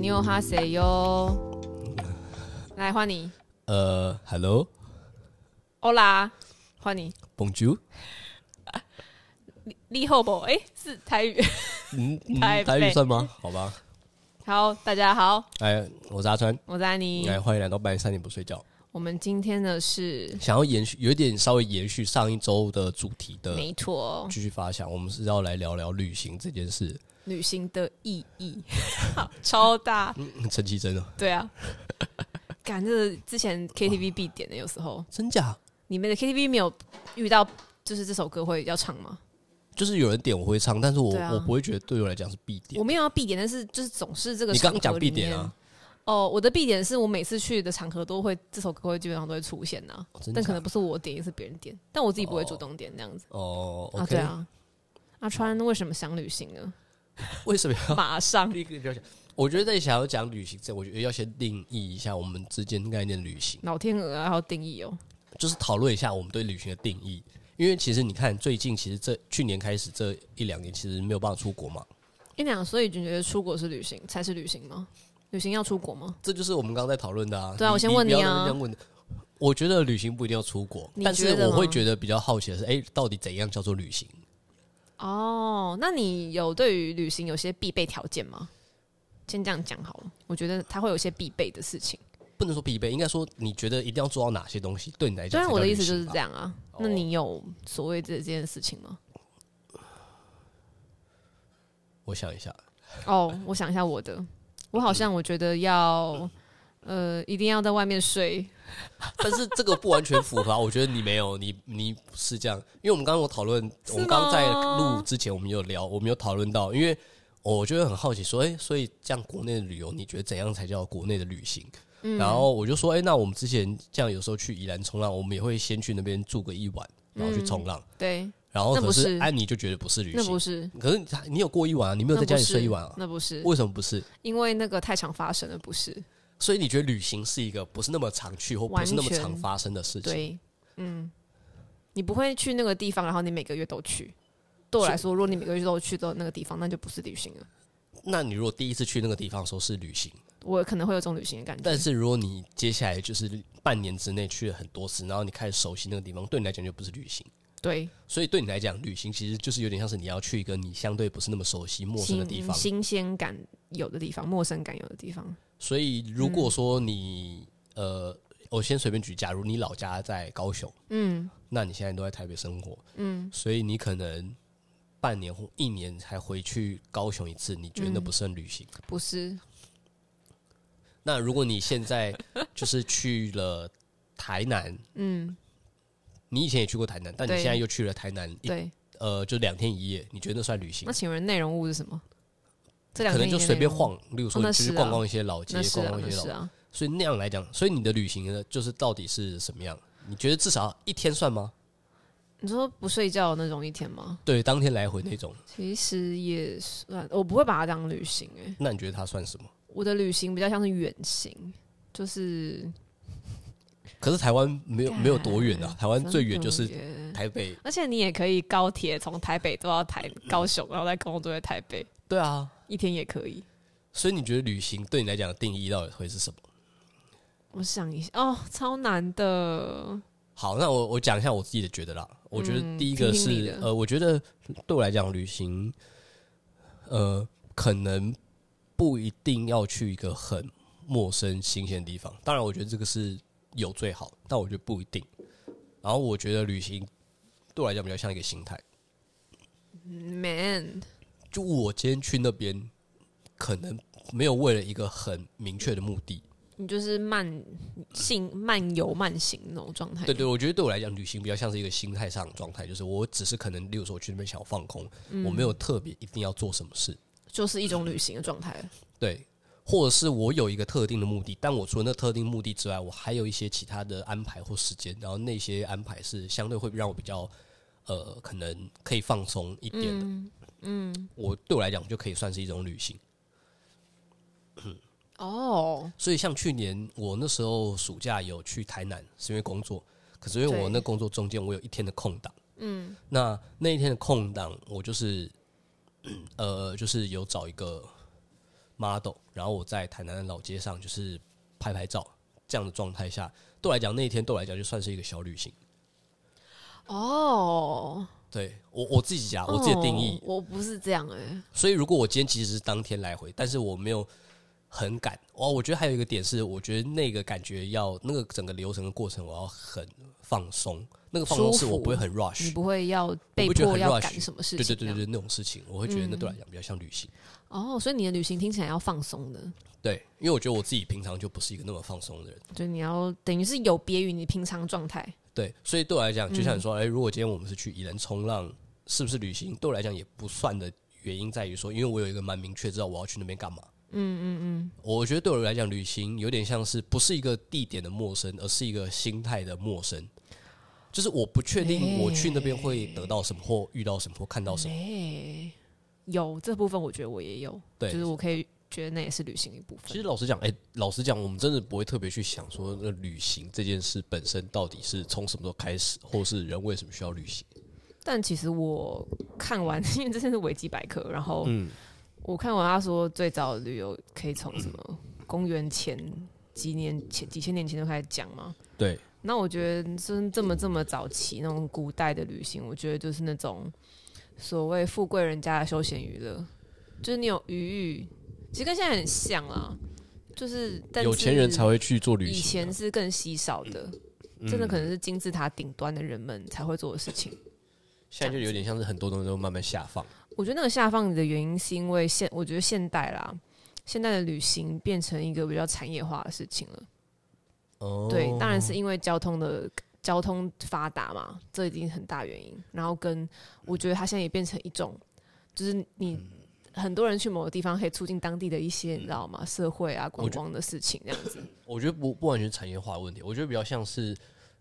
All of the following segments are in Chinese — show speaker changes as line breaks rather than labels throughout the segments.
妞哎哈谁哟？来换你，
呃，Hello，
欧啦，换你，
Bonjour，
立后不？哎、是台语。
嗯，嗯
台北
台语算吗？好吧，
好，大家好，
哎，我是阿川，
我是安妮。
哎，欢迎来到半夜三点不睡觉。
我们今天呢是
想要延续，有一点稍微延续上一周的主题的，
没错，
继续发想，我们是要来聊聊旅行这件事。
旅行的意 义好超大，
嗯，陈绮贞啊，
对啊。感这个之前 KTV 必点的，有时候
真假？
你们的 KTV 没有遇到，就是这首歌会要唱吗？
就是有人点我会唱，但是我、
对啊
我不会觉得对我来讲是必点
我。没有要必点，但是就是总是这个
你刚刚
场合
讲
里
必点
面
啊，
哦，我的必点是我每次去的场合都会这首歌会基本上都会出现呐、
哦真
但可
假
能不是我点，也是别人点，但我自己不会主
哦
动点这样子。
哦
啊，对
，OK，
啊，阿川为什么想旅行 呢？
为什么要
马上
第一个就要讲？我觉得在想要讲旅行这，我觉得要先定义一下我们之间概念的旅行。
老天鹅啊还有定义哦，
就是讨论一下我们对旅行的定义。因为其实你看，最近其实这去年开始这一两年，其实没有办法出国嘛，
你俩哎所以就觉得出国是旅行才是旅行吗？旅行要出国吗？
这就是我们刚刚在讨论的啊。
对啊我先问
你
你啊
不要这样问。我觉得旅行不一定要出国，
你
但
觉
是
得吗
我会觉得比较好奇的是，哎、到底怎样叫做旅行？
哦，那你有对于旅行有些必备条件吗？先这样讲好了，我觉得它会有一些必备的事情。
不能说必备，应该说你觉得一定要做到哪些东西，对你来
虽
讲。
然我的意思就是这样
样。
啊，那
哦
你有所谓这件事情吗？
我想一下，
哦，我想一下我的，我好像我觉得要，呃，一定要在外面睡。
但是这个不完全符合啊，我觉得你没有，你你不是这样，因为我们刚刚有讨论，
是吗
我们刚刚在录之前，我们有聊，我们有讨论到，因为我觉得很好奇，说，哎、所以这样国内的旅游，你觉得怎样才叫国内的旅行？
嗯
然后我就说，哎、那我们之前这样有时候去宜兰冲浪，我们也会先去那边住个一晚，然后去冲浪，
对，
然后
嗯那不
可
是
是安妮就觉得不是旅
那不
行，
是，
可是你你有过一晚啊，你没有
那
在家
不
里
是
睡一晚啊，
那不是，
为什么不是？
因为那个太常发生了，不是？
所以你觉得旅行是一个不是那么常去或不是那么常发生的事情？
对，嗯，你不会去那个地方，然后你每个月都去。对我来说，如果你每个月都去到那个地方，那就不是旅行了。
那你如果第一次去那个地方的时候是旅行，
我可能会有种旅行的感觉
但。是如果你接下来就是半年之内去了很多次，然后你开始熟悉那个地方，对你来讲就不是旅行。
对，
所以对你来讲，旅行其实就是有点像是你要去一个你相对不是那么熟悉、陌生的地
新
方。嗯
新鲜感有的地方，陌生感有的地方。
所以如果说你、呃，我先随便举，假如你老家在高雄，
嗯，
那你现在都在台北生活，嗯，所以你可能半年或一年才回去高雄一次，你觉得那不是很旅行？
不是，
那如果你现在就是去了台南，
嗯，
你以前也去过台南，但你
对
现在又去了台南一
对。
呃，就两天一夜，你觉得那算旅行
那？请问内容物是什么？这两
可能
天
就
以内
随便
容物
晃，例如说
哦
你
那
就是去
啊
逛逛一些老街
那，是
逛
啊，
逛
那
一些
是
老，
啊，
所以那样来讲，所以你的旅行呢，就是到底是什么样？你觉得至少一天算吗？
你说不睡觉的那种一天吗？
对，当天来回那种，
其实也算，我不会把它当旅行诶、
那你觉得它算什么？
我的旅行比较像是远行，就是
可是台湾没有没有多远啊，
干
台湾最远就
真
是
的耶
台北。
而且你也可以高铁从台北坐到台高雄，然后再工作在台北，
对啊，
一天也可以。
所以你觉得旅行对你来讲的定义到底会是什么？
我想一下，哦，超难的，
好，那我我讲一下我自己的觉得啦。我觉得第一个
嗯听
是
听你的
呃，我觉得对我来讲，旅行呃可能不一定要去一个很陌生、新鲜的地方。当然，我觉得这个是有最好，但我觉得不一定。然后我觉得旅行对我来讲比较像一个心态，
man，
就我今天去那边，可能没有为了一个很明确的目的。
你就是慢性慢游慢行那种状态。
对对，我觉得对我来讲，旅行比较像是一个心态上的状态，就是我只是可能，例如说我去那边想要放空，我没有特别一定要做什么事，
就是一种旅行的状态。
对，或者是我有一个特定的目的，但我除了那特定目的之外，我还有一些其他的安排或时间，然后那些安排是相对会让我比较呃，可能可以放松一点的，嗯，我对我来讲就可以算是一种旅行。
哦，
所以像去年我那时候暑假有去台南，是因为工作。可是因为
对
我那工作中间我有一天的空档，嗯，那 那一天的空档我就是，嗯呃，就是有找一个 model，然后我在台南的老街上就是拍拍照，这样的状态下，对我来讲那一天对我来讲就算是一个小旅行。
哦，
对我我自己啊，我自己的定义
哦，我不是这样哎、
所以如果我今天其实是当天来回，但是我没有很赶哦，我觉得还有一个点是，我觉得那个感觉要那个整个流程的过程，我要很放松。那个放松是
舒服
我不会很
你
rush，
不会要被
我不觉得
迫
很
要
rush，
赶什么事
对
情？
对对对。对，那种事情我会觉得那对我来讲比较像旅行。
哦，所以你的旅行听起来要放松的，
对，因为我觉得我自己平常就不是一个那么放松的人。
就你要等于是有别于你平常状态。
对，所以对我来讲，就像你说，哎、如果今天我们是去宜兰冲浪，是不是旅行？对我来讲也不算的原因在于说，因为我有一个蛮明确知道我要去那边干嘛。嗯嗯嗯，我觉得对我来讲，旅行有点像是不是一个地点的陌生，而是一个心态的陌生。就是我不确定我去那边会得到什么，或遇到什么，或看到什
哎、
么。
有这部分，我觉得我也有，
对
就是我可以觉得那也是旅行的一部
其
分。
实老实讲，哎、老实讲，我们真的不会特别去想说，那旅行这件事本身到底是从什么时候开始，或是人为什么需要旅行？
但其实我看完， 因为这是维基百科，然后
嗯
我看完他说最早的旅游可以从什么公元前几年前几千年前就开始讲嘛。
对，
那我觉得真这么这么早期那种古代的旅行，我觉得就是那种所谓富贵人家的休闲娱乐，就是你有余裕，其实跟现在很像啦，就是但是
有钱人才会去做旅
以
行啊、嗯
前是更稀少的，真的可能是金字塔顶端的人们才会做的事情。
现在就有点像是很多东西都慢慢下放。
我觉得那个下放的原因是因为现，我觉得现代啦，现代的旅行变成一个比较产业化的事情了。
哦
对，当然是因为交通的交通发达嘛，这已经很大原因。然后跟我觉得它现在也变成一种，就是
嗯
你很多人去某个地方可以促进当地的一些，你知道
嗯
吗？社会啊、观
我觉
光的事情这样子。
我觉得不不完全是产业化的问题，我觉得比较像是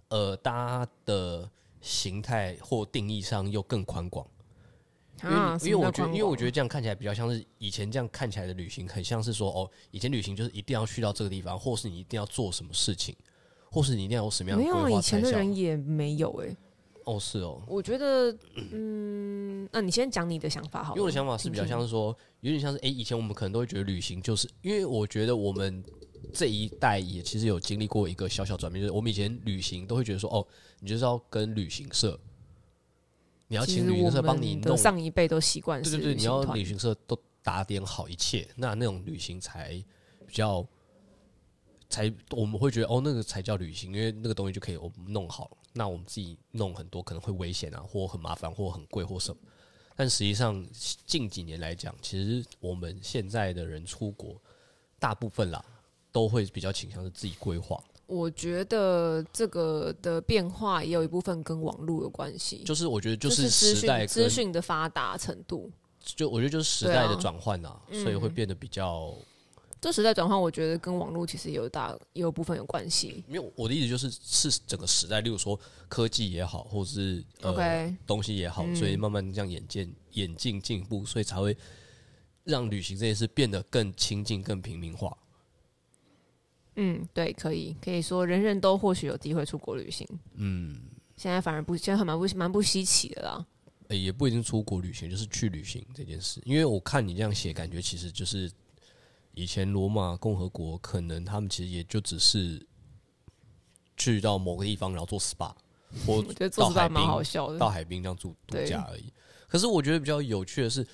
呃，大家的形态或定义上又更宽广。因为你、
啊，
因为我觉得，因为我觉
得
得这样看起来比较像是以前这样看起来的旅行，很像是说哦，以前旅行就是一定要去到这个地方，或是你一定要做什么事情，或是你一定要有什么样的
没有啊，
规
以
划
前
才
的
效。
人也没有哎、
哦，是哦，
我觉得， 嗯，那、你先讲你的想法好了。
因为我的想法是比较
听
像是说，有点像是诶，以前我们可能都会觉得旅行就是，因为我觉得我们这一代也其实有经历过一个小小转变，就是我们以前旅行都会觉得说，哦，你就是要跟旅行社，你要
其
请
实
旅
我
行社
们
帮你
的
弄，
上一辈都习惯
对
是
对对，
旅
你
行
要
团
旅行社都打点好一切，那那种旅行才比较。才我们会觉得哦，那个才叫旅行，因为那个东西就可以我们弄好。那我们自己弄很多可能会危险啊，或很麻烦，或很贵，或什么。但实际上，近几年来讲，其实我们现在的人出国，大部分啦都会比较倾向是自己规划，
我觉得这个的变化也有一部分跟网络有关系，
就是我觉得就是
资
时
讯
代跟
资讯的发达程度。
就我觉得就是时
对
代
啊嗯
的转换啦，所以会变得比较
这时代转换，我觉得跟网络其实有大也有部分有关系。
没有，我的意思就是是整个时代，例如说科技也好，或者是呃
OK 嗯
东西也好，所以慢慢这样眼见眼镜进步，所以才会让旅行这件事变得更亲近、更平民化。
嗯，对，可以可以说人人都或许有机会出国旅行。嗯，现在反而不，现在很蛮不蛮不稀奇的啦。
呃也不一定出国旅行，就是去旅行这件事。因为我看你这样写，感觉其实就是以前罗马共和国可能他们其实也就只是去到某个地方，然后做 SPA 或
我觉得做
到
实话
海
蛮
滨
好笑的
到。海滨这样住度假而已。可是我觉得比较有趣的是，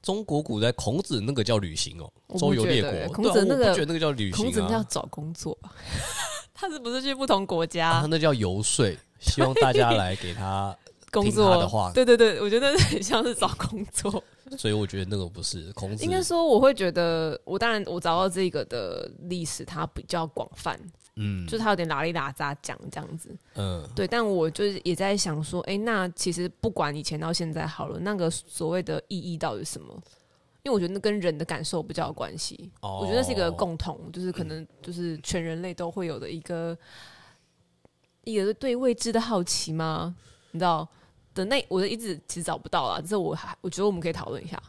中国古代孔子那个叫旅行哦、
我不
周游列
觉得
国。
孔
对啊
子
我
那
不
个
觉得那个叫旅行、啊，
孔子要找工作吧？ 他是不是去不同国家、
啊，那叫游说，希望大家来给他。
工
听
作
他的话
对对对，我觉得很像是找工作。
所以我觉得那个不是孔子
应，该说，我会觉得，我当然我找到这个的历史，它比较广泛，
嗯
就是它有点拉里拉扎讲这样子。
嗯，
对，但我就是也在想说，哎、那其实不管以前到现在好了，那个所谓的意义到底是什么？因为我觉得那跟人的感受比较有关系。
哦嗯
我觉得是一个共同，就是可能就是全人类都会有的一个一个对未知的好奇吗？你知道的那我的一直其实找不到啦，这我还我觉得我们可以讨论一下，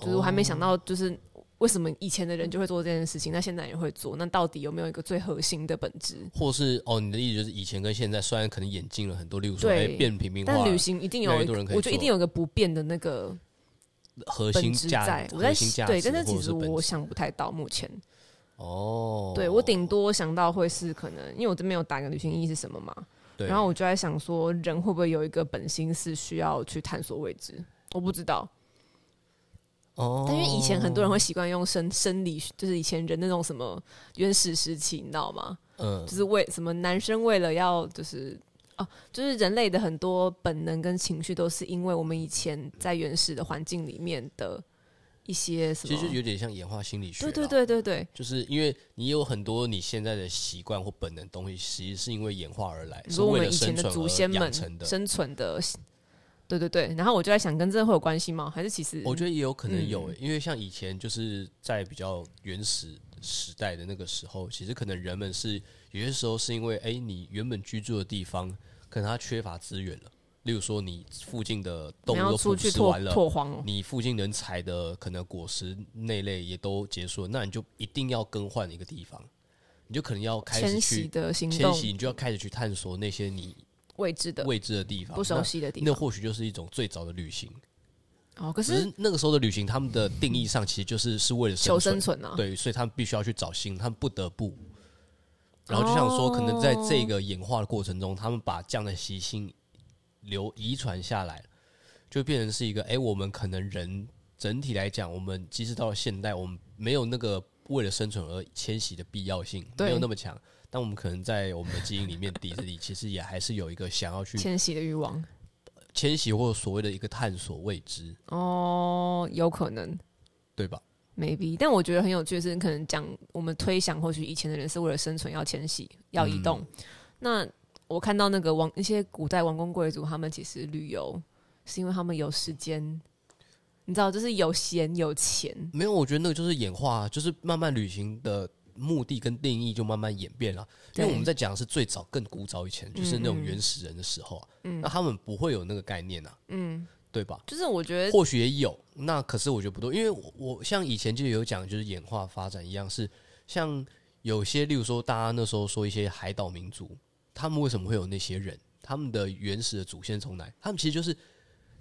就是我还没想到
哦
就是。为什么以前的人就会做这件事情，那现在也会做？那到底有没有一个最核心的本质？
或是哦，你的意思就是以前跟现在虽然可能演进了很多，例如说
对
哎变平民化
但
了，
旅行一定有
越
一
来越多
个
人可，以
我觉得一定有一个不变的那个
核
本
心
质
价
在，
值，
我在
核心价值
对，但
或
是
者是
其实
本
我
质
想不太到目前。
哦，
对我顶多想到会是可能，因为我这边有打个旅行意义是什么嘛，
对，
然后我就在想说，人会不会有一个本心是需要去探索未知？我不知道，
哦，
但因为以前很多人会习惯用生生理，就是以前人那种什么原始时期，你知道吗？
嗯
就是为什么男生为了要就是哦、就是人类的很多本能跟情绪都是因为我们以前在原始的环境里面的一些什
其
么，
实就有点像演化心理学，
对对。对对对，
就是因为你有很多你现在的习惯或本能东西，其实是因为演化而来，
你
是
说我
为
们以
了
前
生
的
存
祖
而
先们
养成的。
生存的，对对对。然后我就在想，跟这会有关系吗？还是其实
我觉
得
得也有可
嗯
能有、欸，因为像以前就是在比较原始时代的那个时候，其实可能人们是有些时候是因为哎、诶你原本居住的地方可能它缺乏资源了，例如说你附近的动
你
物
要
都
出
腐
去
蚀
拓
完了，
拓荒哦，
你附近能采的可能果实那类也都结束了，那你就一定要更换一个地方，你就可能要开始
迁徙
去
的行
迁
动，
徙，你就要开始去探索那些你
未知的、
未知的地方，
不熟悉的
那。
地
那
方。
或许就是一种最早的旅行，
哦，可
只
是
是那个时候的旅行，他们的定义上其实就是是为了
求
生
生存啊，
对，所以他们必须要去找新，他们不得不。然后就想说，可能在
哦
这个演化的过程中，他们把这样的习性留遗传下来，就变成是一个，哎，我们可能人整体来讲，我们即使到了现代，我们没有那个为了生存而迁徙的必要性，
对
没有那么强。但我们可能在我们的基因里面 底子里，其实也还是有一个想要去
迁徙的欲望。
迁徙或者所谓的一个探索未知，
哦，有可能。
对吧？
maybe，但我觉得很有趣的是，可能讲我们推想，或许以前的人是为了生存要迁徙、要
嗯
移动。那我看到那个王一些古代王公贵族，他们其实旅游是因为他们有时间，你知道，就是有闲有钱。
没有，我觉得那个就是演化，啊就是慢慢旅行的目的跟定义就慢慢演变了。因
对
为我们在讲的是最早更古早以前，就是那种
嗯嗯
原始人的时候啊，
嗯
那他们不会有那个概念啊，
嗯，
对吧？
就是我觉得
或许也有，那可是我觉得不多，因为我我像以前就有讲，就是演化发展一样是像有些，例如说大家那时候说一些海岛民族，他们为什么会有那些人？他们的原始的祖先从哪里？他们其实就是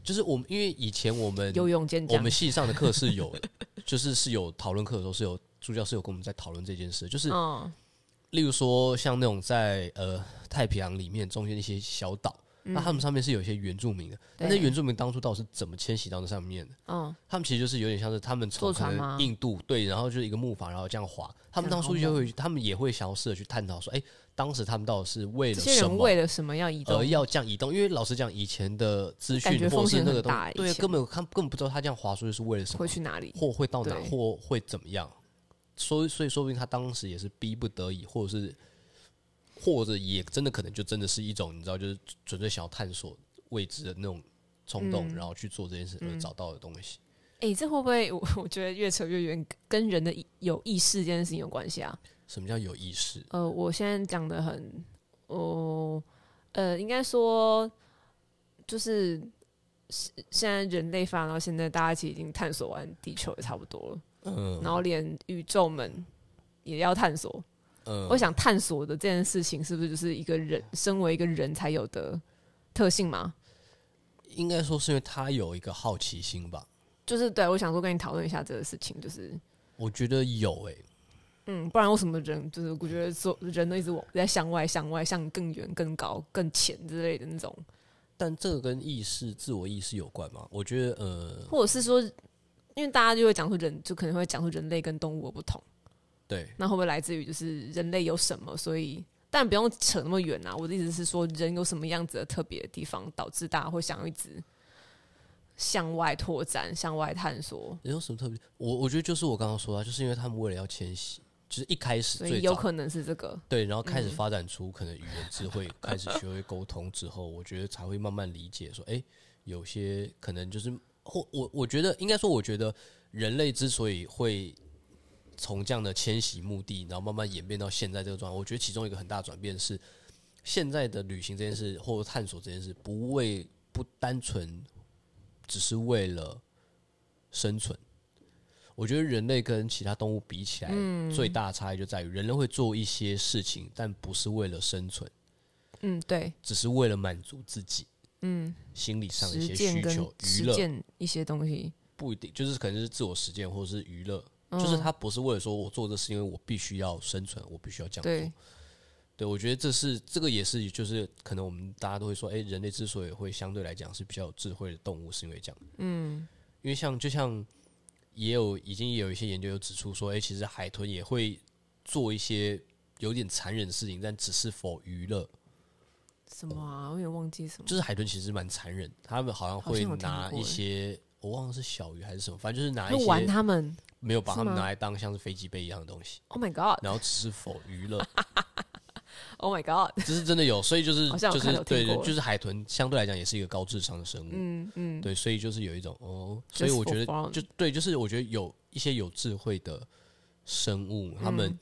就是我们，因为以前我们
游泳健
我
将
们，系上的课是有，就是是有讨论课的时候是有助教是有跟我们在讨论这件事，就是
嗯
例如说像那种在呃太平洋里面中间一些小岛，那他们上面是有一些原住民的，但那
嗯对
原住民当初到底是怎么迁徙到那上面的？
嗯，
他们其实就是有点像是他们从
坐
可
船吗
能印度对，然后就是一个木筏，然后这样划。他们
这样
当初
好
就
猛
会，他们也会想要试着去探讨说，哎、当时他们到底是为
这
了
些
什
人
么
为了什么要移
而
动？
要这样移动？因为老实讲，以前的资
感觉
讯或
风
者是
险
那
很
个东
大
西，
以
对，
前
根本看根本不知道他这样划出去是为了什么
会。去哪里？
或会到哪，
对
或会怎么样？所以，所以说不定他当时也是逼不得已，或者是，或者也真的可能就真的是一种你知道，就是纯粹想要探索未知的那种冲
嗯
动，然后去做这件事而找到的东西。
哎、这会不会 我我觉得越扯越远，跟人的意有意识这件事情有关系啊？
什么叫有意识？
呃，我现在讲的很，哦，呃，应该说就是是现在人类发展到现在，大家其实已经探索完地球也差不多了，
嗯
然后连宇宙们也要探索。
嗯
我，想探索的这件事情，是不是就是一个人身为一个人才有的特性嘛？
应该说是因为他有一个好奇心吧。
就是对我想说跟你讨论一下这个事情，就是
我觉得有欸诶、
嗯，不然为什么人就是我觉得所人都一直往在向外、向外、向更远、更高、更浅之类的那种。
但这个跟意识、自我意识有关吗？我觉得，呃，
或者是说，因为大家就会讲出人，就可能会讲出人类跟动物的不同，
对，
那会不会来自于就是人类有什么？所以，但不用扯那么远啊。我的意思是说，人有什么样子的特别的地方，导致大家会想要一直向外拓展、向外探索，
也有什么特别？我我觉得就是我刚刚说的啊，就是因为他们为了要迁徙，就是一开始
所
最
以有
早
可能是这个。
对，然后开始发展出可能语言智慧，开始学会沟通之后，我觉得才会慢慢理解说，哎、有些可能就是或我我觉得应该说，我觉得人类之所以会从这样的迁徙目的，然后慢慢演变到现在这个状态，我觉得其中一个很大的转变是，现在的旅行这件事或者探索这件事，不为不单纯只是为了生存。我觉得人类跟其他动物比起
嗯
来，最大的差异就在于人类会做一些事情，但不是为了生存，
嗯，对，
只是为了满足自己
嗯，
心理上的一
实
些
践
需
跟
求、娱
实
乐。
践一些东西，
不一定，就是可能是自我实践或者是娱乐，
嗯
就是他不是为了说我做这是因为我必须要生存，我必须要这样做。
对
对，我觉得这是这个也是，就是可能我们大家都会说，哎、人类之所以会相对来讲是比较有智慧的动物，是因为这样。嗯，因为像就像也有已经也有一些研究有指出说，哎、其实海豚也会做一些有点残忍的事情，但只是否娱乐。
什么啊？我有点忘记什么。
就是海豚其实蛮残忍，他们好像
好
会
像有听
拿
过
一些，我忘了是小鱼还是什么，反正就是拿一
就玩
些
他们
没有把
是
它们
吗
拿来当像是飞机杯一样的东西，
，Oh my God，Oh
然后只是否娱乐。
Oh my God，
这是真的有，所以就是
好像有
就
看
是
有听
对对，
过
就是海豚相对来讲也是一个高智商的生物，
嗯嗯，
对，所以就是有一种哦，
Just
所以我觉
for
得
fun
就对，就是我觉得有一些有智慧的生物，他们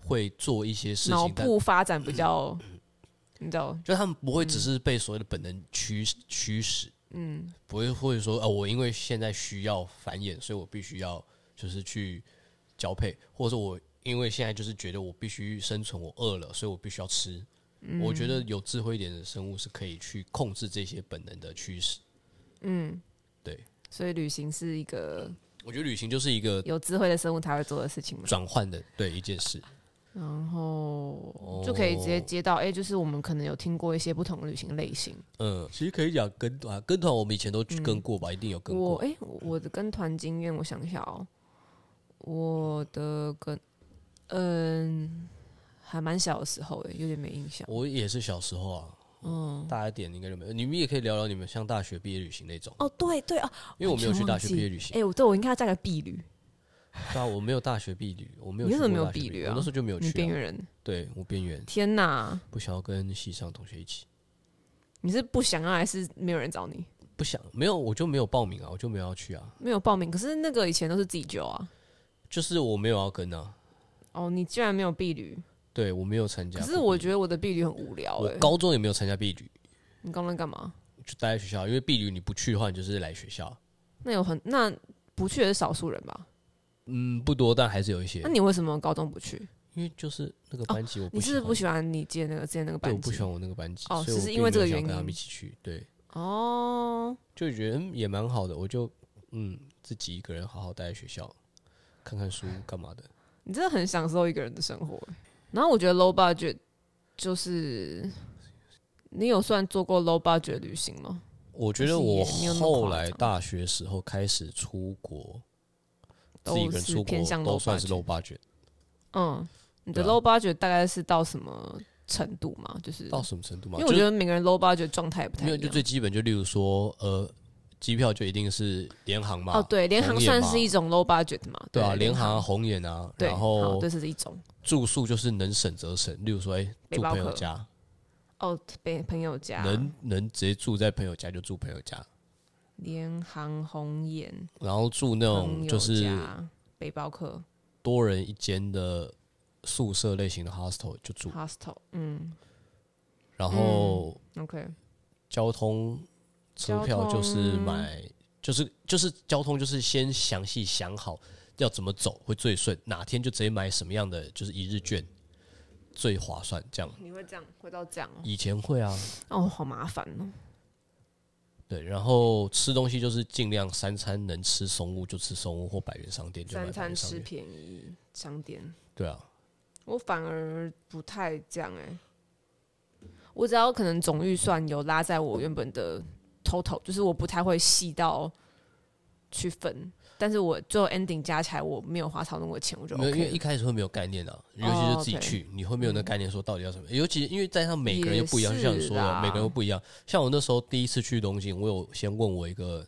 会做一些事
嗯脑
情，但
部发展比较， 你知道，
就他们不会只是被所谓的本能驱驱使，嗯，不会或者说呃，我因为现在需要繁衍，所以我必须要就是去交配，或者说我因为现在就是觉得我必须生存，我饿了，所以我必须要吃。我觉得有智慧一点的生物是可以去控制这些本能的驱使。
嗯，
对，
所以旅行是一个
我觉得旅行就是一个
有智慧的生物才会做的事情嘛。
转换的对一件事。
然后
哦
就可以直接接到，哎、就是我们可能有听过一些不同的旅行类型。
嗯，其实可以讲跟团，跟团我们以前都跟过吧，一定有跟
我
过。
哎、我的跟团经验，我想一下哦，我的跟嗯，还蛮小的时候、哎，有点没印象。
我也是小时候啊，嗯，大一点应该就没有。你们也可以聊聊你们像大学毕业旅行那种，
哦，对对啊，
因为我没有去大学毕业旅
哎、
行，
我对我应该要加个避旅，
对啊，我没有大学毕业旅，我没有
你为
去过
什么没有
大学
毕业
毕业
旅啊
我那时候就没有
你
去
边
啊、
缘人。
对我边缘，
天哪，
不想要跟系上同学一起，
你是不想要还是没有人找你？
不想没有我就没有报名啊，我就没有要去啊，
没有报名，可是那个以前都是自己揪啊。
就是我没有要跟啊，
哦，你居然没有避旅，
对我没有参加
可
过毕业旅。
是我觉得我的避旅很无聊、
我
哎，
高中也没有参加毕业旅，
你刚刚干嘛？
就待在学校，因为毕业旅你不去的话，你就是来学校。
那有很那不去也是少数人吧？
嗯，不多，但还是有一些
那，你为什么高中不去？
因为就是那个班级我
你是不是不
不喜
喜欢你接那个之前那个
欢，
班
对，我不喜
级？
欢我那个班级，
哦
所以
是
我
是
并
因为这
没有
个
想
原
跟他们
因
一起去，对，
哦，
就觉得嗯也蛮好的，我就嗯自己一个人好好待在学校，看看书干嘛的。
你真的很享受一个人的生活欸。然后我觉得 low budget 就是你有算做过 low budget 旅行吗？
我觉得
但是也
我
没有那么
后
夸
来
张
大学时候开始出国，自己一
都
个人
是
出
偏向
国
low
都算
budget。
是 low budget，
嗯，你的
对啊
low budget 大概是到什么程度嘛？就是
到什么程度嘛？
因为
就
我
是
觉得每个人 low budget 状态也不太一
没有，
样。
就最基本，就例如说，呃，机票就一定是联航嘛，
哦，对，联航
红眼
算
嘛
是一种 low budget 嘛？
对啊，
联
联航啊、红眼啊，
对，
然
好
后
这是一种
住宿就是能省则省，例如说，哎、
背
住
包
朋友
客
家，
哦，被朋友家
能能直接住在朋友家就住朋友家，
联航红眼，
然后住那
朋
种
友
哦就是
家背包客
多人一间的宿舍类型的 hostel 就住，
hostel，嗯
然后
，OK，
交通车票就是买，就是就是交通就是先详细想好要怎么走会最顺，哪天就直接买什么样的就是一日券最划算，这样
你会这样回到这样哦
以前会啊，
哦，好麻烦哦，
对，然后吃东西就是尽量三餐能吃松屋就吃松屋或百元商店就
三
买百
餐
元商
吃
店，
便宜商店，
对啊，
我反而不太这样哎、我只要可能总预算有拉在我原本的 total，就是我不太会细到去分，但是我最后 ending 加起来我没有花超那么多钱，我就
没有，因为
OK 了。
一开始会没有概念啊，尤
哦
其是自己
，OK
去，你会没有那个概念说到底要什么。尤其因为在他每个人
也
又不一样，就像你
是啊
说的，每个人
啦
又不一样。像我那时候第一次去东京，我有先问我一个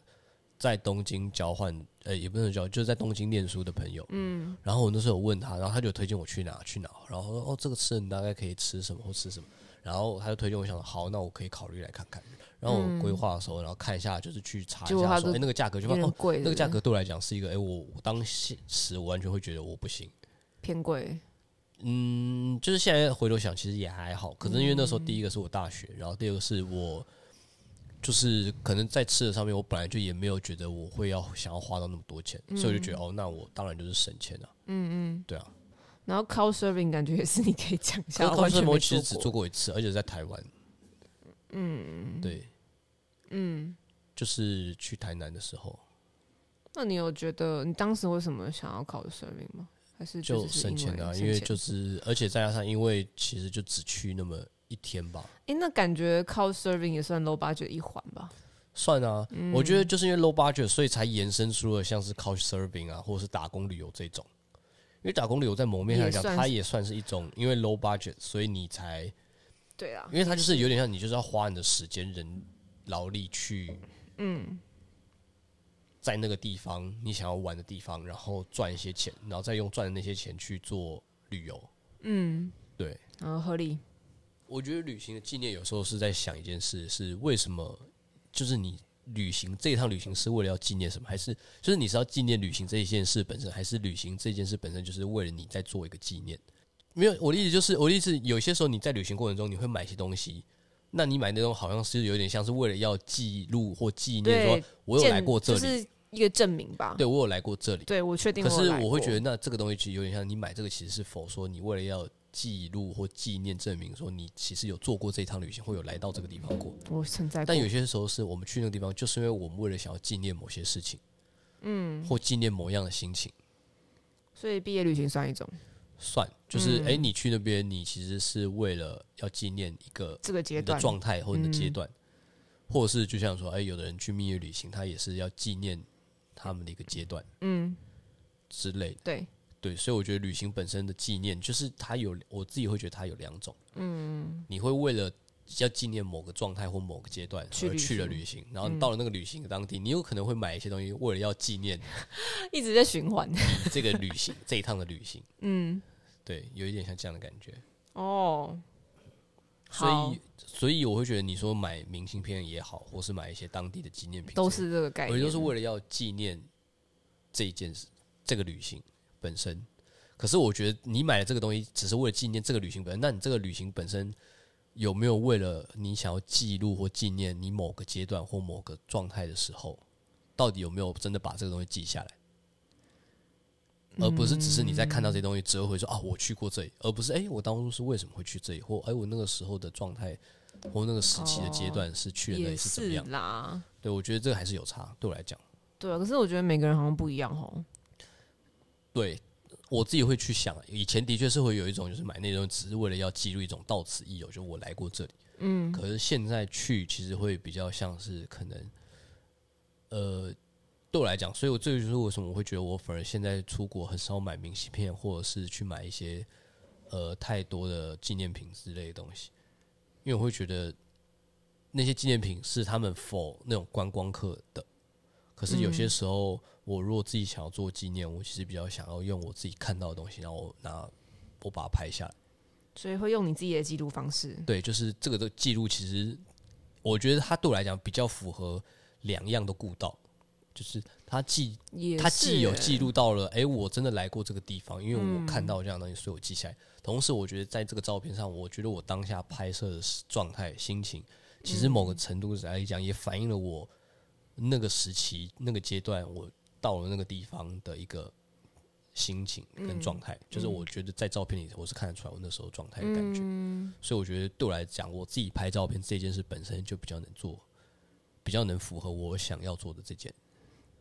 在东京交换，呃，也不能交，就是在东京念书的朋友，嗯，然后我那时候有问他，然后他就推荐我去哪去哪，然后说哦，这个吃的你大概可以吃什么或吃什么，然后他就推荐我想，好，那我可以考虑来看看。然后我规划的时候，然后看一下，就是去查一
结果
下
他
说，
就
哎，那个价格就
有
发现
点
哦，
贵，
那
对
个
不
价
对
格对我来讲是一个，哎、我我当时我完全会觉得我不行。
偏贵，
嗯，就是现在回头想，其实也还好。可能因为那
嗯
时候第一个是我大学，然后第二个是我就是可能在吃的上面，我本来就也没有觉得我会要想要花到那么多钱，所以我就觉
嗯
得哦，那我当然就是省钱啊。嗯嗯，对啊。
然后 c o u s e r v i n g 感觉也是你可以讲一
可
下，
是高
完全
生
没
我其实只做
过。
过一次，而且在台湾。嗯，对，嗯，就是去台南的时候，
那你有觉得你当时为什么想要考 serving 吗？还是
就是省钱啊，
为
因为
省钱
就是而且再加上因为其实就只去那么一天吧，
诶，那感觉靠 serving 也算 low budget 一环吧？
算啊，
嗯
我觉得就是因为 low budget，所以才延伸出了像是 couch serving 啊，或者是打工旅游这种。因为打工旅游在某面上来
也
讲，
算是
它也算是一种，因为 low budget，所以你才，
对啊，
因为它就是有点像你就是要花你的时间、人、劳力去，嗯，在那个地方你想要玩的地方，然后赚一些钱，然后再用赚的那些钱去做旅游。
嗯，
对，
然后合理，
我觉得旅行的纪念有时候是在想一件事：是为什么？就是你旅行这一趟旅行是为了要纪念什么？还是就是你是要纪念旅行这一件事本身，还是旅行这件事本身就是为了你在做一个纪念？没有，我的意思就是，我的意思，有些时候你在旅行过程中你会买一些东西，那你买那种好像是有点像是为了要记录或纪念，
对
说我有来
见
过这里，
就是一个证明吧？
对我有来过这里。
对，我确定
可
有
是
来过。
我会觉得，那这个东西其实有点像你买这个，其实是否说你为了要记录或纪念证明，说你其实有做过这一趟旅行，或有来到这个地方过。
我存在过
但有些时候是我们去那个地方，就是因为我们为了想要纪念某些事情，嗯，或纪念某样的心情。
所以毕业旅行算一种
算，
嗯
就是哎、诶你去那边，你其实是为了要纪念一个
这个阶
你的
段。嗯
状态或你的阶段，或者是就像说，哎、有的人去蜜月旅行，他也是要纪念他们的一个阶段
嗯，
之类的。
对，
对，所以我觉得旅行本身的纪念，就是它有我自己会觉得它有两种，嗯，你会为了要纪念某个状态或某个阶段
去
而
旅
去了
行嗯
旅行，然后你到了那个旅行的当地，你有可能会买一些东西，为了要纪念
一直在循环。
这个旅行 这一趟的旅行，
嗯，
对，有一点像这样的感觉。
哦，
所
好
以，所以我会觉得你说买明信片也好，或是买一些当地的纪念品，
都是这个概
我觉
念，
得都是为了要纪念这一件事，这个旅行本身。可是我觉得你买的这个东西只是为了纪念这个旅行本身，那你这个旅行本身有没有为了你想要记录或纪念你某个阶段或某个状态的时候，到底有没有真的把这个东西记下来？而不是只是你在看到这些东西之后会说啊，我去过这里，而不是哎、诶我当初是为什么会去这里，或哎、诶我那个时候的状态或那个时期的阶段是去了那
哦也
里是怎么
是
样？
啦。
对我觉得这个还是有差，对我来讲。
对啊，可是我觉得每个人好像不一样哦。
对我自己会去想，以前的确是会有一种就是买那种只是为了要记录一种到此一游，就我来过这里。嗯，可是现在去其实会比较像是可能，呃，对我来讲，所以我这就是为什么我会觉得我反而现在出国很少买明信片，或者是去买一些呃太多的纪念品之类的东西，因为我会觉得那些纪念品是他们否那种观光客的。可是有些时候，我如果自己想要做纪念，我其实比较想要用我自己看到的东西，然后我拿我把它拍下来。
所以会用你自己的记录方式，
对，就是这个的记录，其实我觉得它对我来讲比较符合两样都顾到，就是它既
也
它既有
是嗯
记录到了，哎、我真的来过这个地方，因为我看到这样的东西，所以我记下来。同时，我觉得在这个照片上，我觉得我当下拍摄的状态、心情，其实某个程度来讲，也反映了我那个时期、那个阶段，我到了那个地方的一个心情跟状
嗯
态。就是我觉得在照片里，我是看得出来我那时候状态的感觉。
嗯
所以，我觉得对我来讲，我自己拍照片这件事本身就比较能做，比较能符合我想要做的这件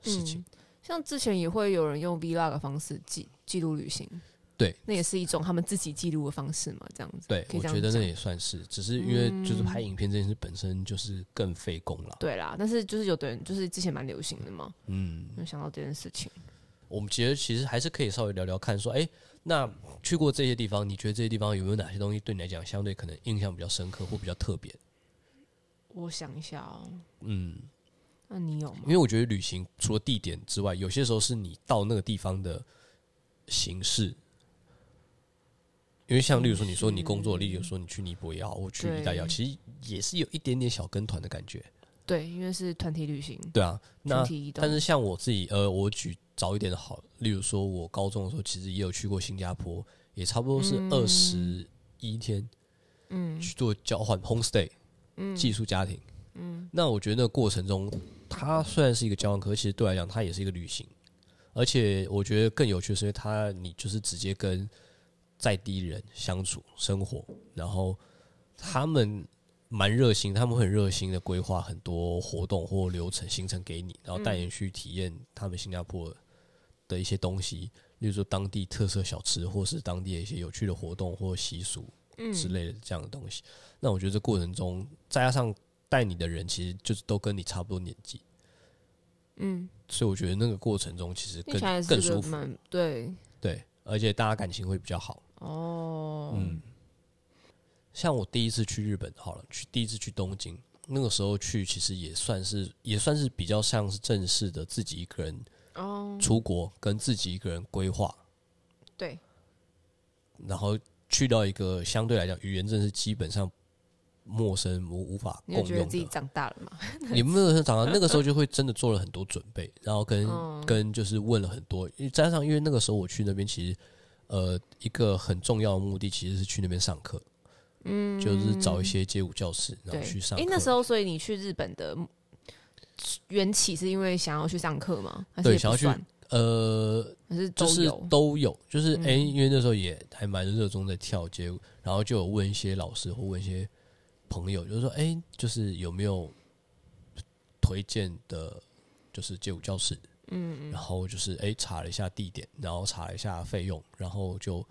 事情。
像之前也会有人用 vlog 的方式记记录旅行，
对，
那也是一种他们自己记录的方式嘛，这样子。
对，
可以
我
这样
觉得那
讲嗯
也算是，只是因为就是拍影片这件事本身就是更费工了。
对啦，但是就是有的人就是之前蛮流行的嘛，
嗯，
有想到这件事情。
我们觉得其实还是可以稍微聊聊看，说，哎、那去过这些地方，你觉得这些地方有没有哪些东西对你来讲相对可能印象比较深刻或比较特别？
我想一下哦，
嗯，
那你有吗
因？为我觉得旅行除了地点之外，有些时候是你到那个地方的形式。因为像例如说，你说你工作，例如说你去尼泊尔也好，或去意大利也好，
对
其实也是有一点点小跟团的感觉。
对，因为是团体旅行，
对啊，那
群体移动。
但是像我自己，呃，我举早一点的好，例如说，我高中的时候其实也有去过新加坡，也差不多是二十一天，嗯，去做交换 homestay，嗯，寄宿家庭，嗯，那我觉得那个过程中，它虽然是一个交换，可是其实对我来讲，它也是一个旅行，而且我觉得更有趣的是，因为它你就是直接跟在地人相处生活，然后他们蛮热心，他们会很热心的规划很多活动或流程行程给你，然后带你去体验他们新加坡的一些东西，例如说当地特色小吃，或是当地的一些有趣的活动或习俗
嗯
之类的这样的东西。那我觉得这过程中，再加上带你的人其实就是都跟你差不多年纪，
嗯，
所以我觉得那个过程中其实
听
更
起来
更
是
舒
个
服，
蛮对
对，而且大家感情会比较好。
哦，
嗯，像我第一次去日本，好了，去第一次去东京，那个时候去其实也算是也算是比较像是正式的自己一个人
哦，
出国，跟自己一个人规划，
对，
然后去到一个相对来讲语言真的是基本上陌生无无法
你
共
就觉得
用
自己
的，
长大了 嘛？
也没有很长啊。那个时候就会真的做了很多准备，然后跟、
嗯
跟就是问了很多，因为加上因为那个时候我去那边其实。呃，一个很重要的目的其实是去那边上课，
嗯，
就是找一些街舞教室，然
对
后去上
诶
课。
那时候所以你去日本的缘起是因为想要去上课吗？还是
对
也不
想要去
算
呃，
还是
就
都
是
有？
都有，就是
嗯
哎、诶因为那时候也还蛮热衷在跳街舞，然后就有问一些老师或问一些朋友，就是说哎、诶就是有没有推荐的，就是街舞教室，嗯然后就是哎、诶查了一下地点，然后查了一下费用，然后就。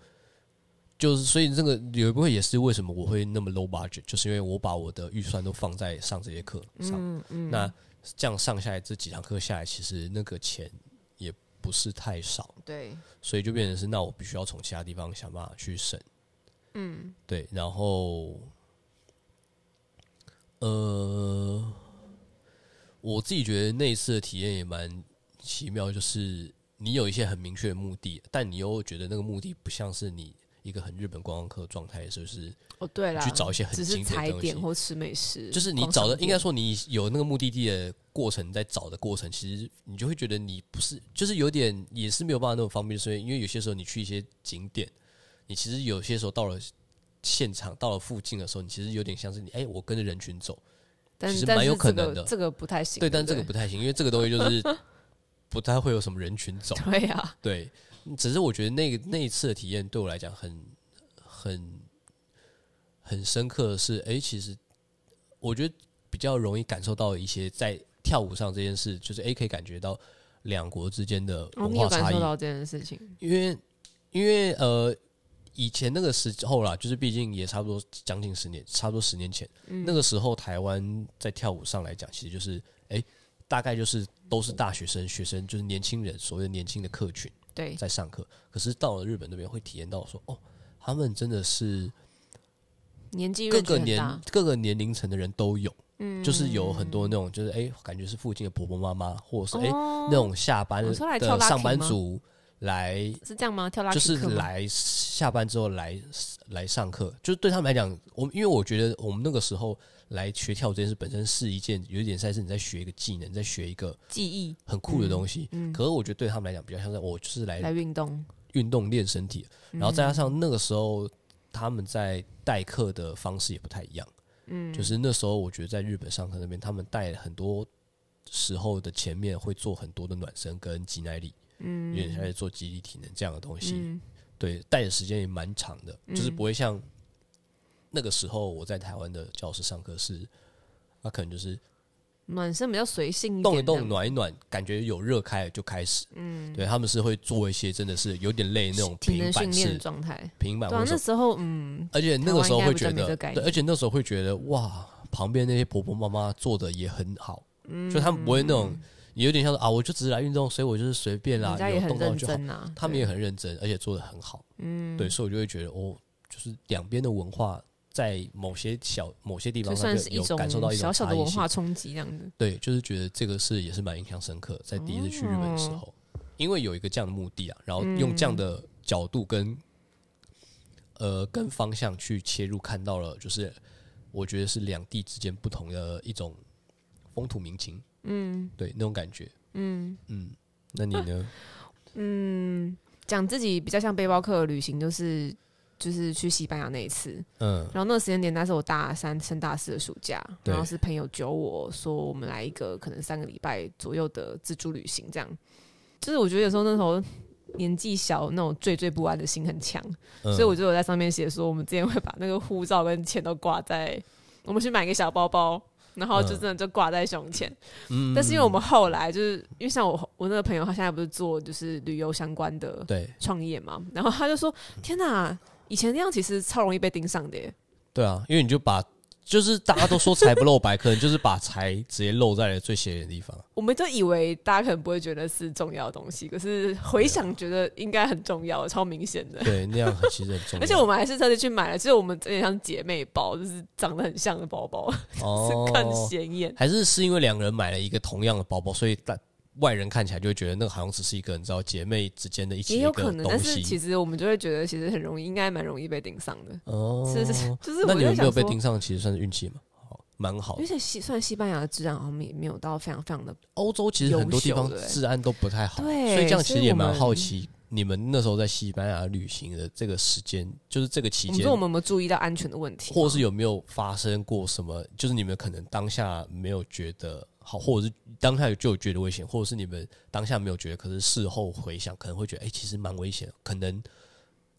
就是，所以这个有一部分也是为什么我会那么 low budget，就是因为我把我的预算都放在上这些课上。
嗯嗯，
那这样上下来这几堂课下来，其实那个钱也不是太少，
对，
所以就变成是那我必须要从其他地方想办法去省。嗯，对，然后呃，我自己觉得那一次的体验也蛮奇妙，就是你有一些很明确的目的，但你又觉得那个目的不像是你。一个很日本观光客的状态，就是
哦对啦，
去找一些很
只是
经典的
踩
东西
点或吃美食，
就是你
逛
找的，
商
应该
店
说你有那个目的地的过程，在找的过程，其实你就会觉得你不是，就是有点也是没有办法那么方便，所以因为有些时候你去一些景点，你其实有些时候到了现场，到了附近的时候，你其实有点像是你，哎、我跟着人群走，
但
其
是
实
但
蛮
是
有可
这个
能的
这个不太行。
对，但
不
这个不太行，因为这个东西就是 不太会有什么人群走，
对啊，
对，嗯只是我觉得那个那一次的体验对我来讲很很很深刻的是，哎、其实我觉得比较容易感受到一些在跳舞上这件事，就是哎、诶可以感觉到两国之间的
哦
文
你
化
有
差
感
异、
受到这件事情，
因为因为呃，以前那个时候啦，就是毕竟也差不多将近十年，差不多十年前，
嗯
那个时候台湾在跳舞上来讲，其实就是哎、诶大概就是都是大学生、学生，就是年轻人，所谓的年轻的客群。
对，
在上课，可是到了日本那边会体验到说，哦，他们真的是
年纪
各
range
个
很
年
大
各个年龄层的人都有，
嗯
就是有很多那种就是哎、诶感觉是附近的婆婆妈妈，或者是哎、诶
哦
那种下班
哦
的
说来跳拉
上
丁
班
吗
族来，
是这样吗？跳拉
就是
丁课吗
来下班之后来来上课，就是对他们来讲，我们因为我觉得我们那个时候来学跳舞这件事本身是一件有一点像是你在学一个技能，在学一个
记忆
很酷的东西，
嗯
可是我觉得对他们来讲比较像是我就是来
来运动，
运动练身体，
嗯
然后再加上那个时候他们在代课的方式也不太一样，
嗯，
就是那时候我觉得在日本上课那边，他们带很多时候的前面会做很多的暖身跟肌耐力，有
嗯
点像在做肌力体能这样的东西，
嗯
对，带的时间也蛮长的，就是
嗯
不会像那个时候我在台湾的教室上课是，那可能就是
暖身比较随性一
动一
点，
动暖一暖，感觉有热开了就开始，嗯，对，他们是会做一些真的是有点累那种
体
平
能训
板
练的
式。
状态。
平板
对啊
或，者
那时候嗯，
而且那个时候会
台湾应该
觉
没这
得，
个概
对，
念
而且那时候会觉得哇，旁边那些婆婆妈妈做的也很好，
嗯
就他们不会那种也有点像是啊，我就只是来运动，所以我就是随便啦
人，家
啊有
也很
动到
认
就好。
真啊，
他们也很认真，而且做的很好，嗯，对，所以我就会觉得哦，就是两边的文化在某些小某些地
对
方
就
上
算是
就有
种
感受到一
小
种
小
差
的
异
文
性
化，冲击这样子。
对，就是觉得这个是也是蛮印象深刻，在第一次去日本的
哦
时候，因为有一个这样的目的啊，然后
嗯
用这样的角度跟、呃跟方向去切入，看到了就是我觉得是两地之间不同的一种风土民情，嗯，对，那种感觉，嗯嗯，那你呢？
嗯讲自己比较像背包客的旅行，就是就是去西班牙那一次，
嗯
然后那个时间点，那是我大三升大四的暑假，
对
然后是朋友揪我说，我们来一个可能三个礼拜左右的自助旅行，这样。就是我觉得有时候那时候年纪小，那种惴惴不安的心很强，
嗯，
所以我就有在上面写说，我们之前会把那个护照跟钱都挂在我们去买个小包包，然后就真的就挂在胸前。
嗯
但是因为我们后来就是因为像我我那个朋友，他现在不是做就是旅游相关的
对
创业嘛，然后他就说：“天哪，以前那样其实超容易被盯上的耶。
对啊，因为你就把就是大家都说财不露白，可能就是把财直接露在了最显眼的地方。
我们都以为大家可能不会觉得是重要的东西，可是回
啊
想觉得应该很重要，超明显的。”
对，那样很其实很重要。
而且我们还是特地去买了，其实我们有点像姐妹包，就是长得很像的包包，
哦
是更显眼。
还是是因为两个人买了一个同样的包包，所以大外人看起来就会觉得那个好像只是一个你知道姐妹之间的一起
也
一个
有可能，但
东
是其
西。
实我们就会觉得，其实很容易，应该蛮容易被盯上的。
哦
是是，就是我
那你
在
们没有
想
被
说，
盯上，其实算是运气嘛，好，蛮好
而
的。
且西算西班牙的治安好像也没有到非常非常的
欧洲其实很多地方
优秀的欸
治安都不太好，
对
所以这样其实也
所以
蛮
我们
好奇，你们那时候在西班牙旅行的这个时间，就是这个期
我们
间
说我，们有没有注意到安全的问题？啊
或是有没有发生过什么？就是你们可能当下没有觉得好，或者是当下就有觉得危险，或者是你们当下没有觉得，可是事后回想可能会觉得，哎、其实蛮危险的，可能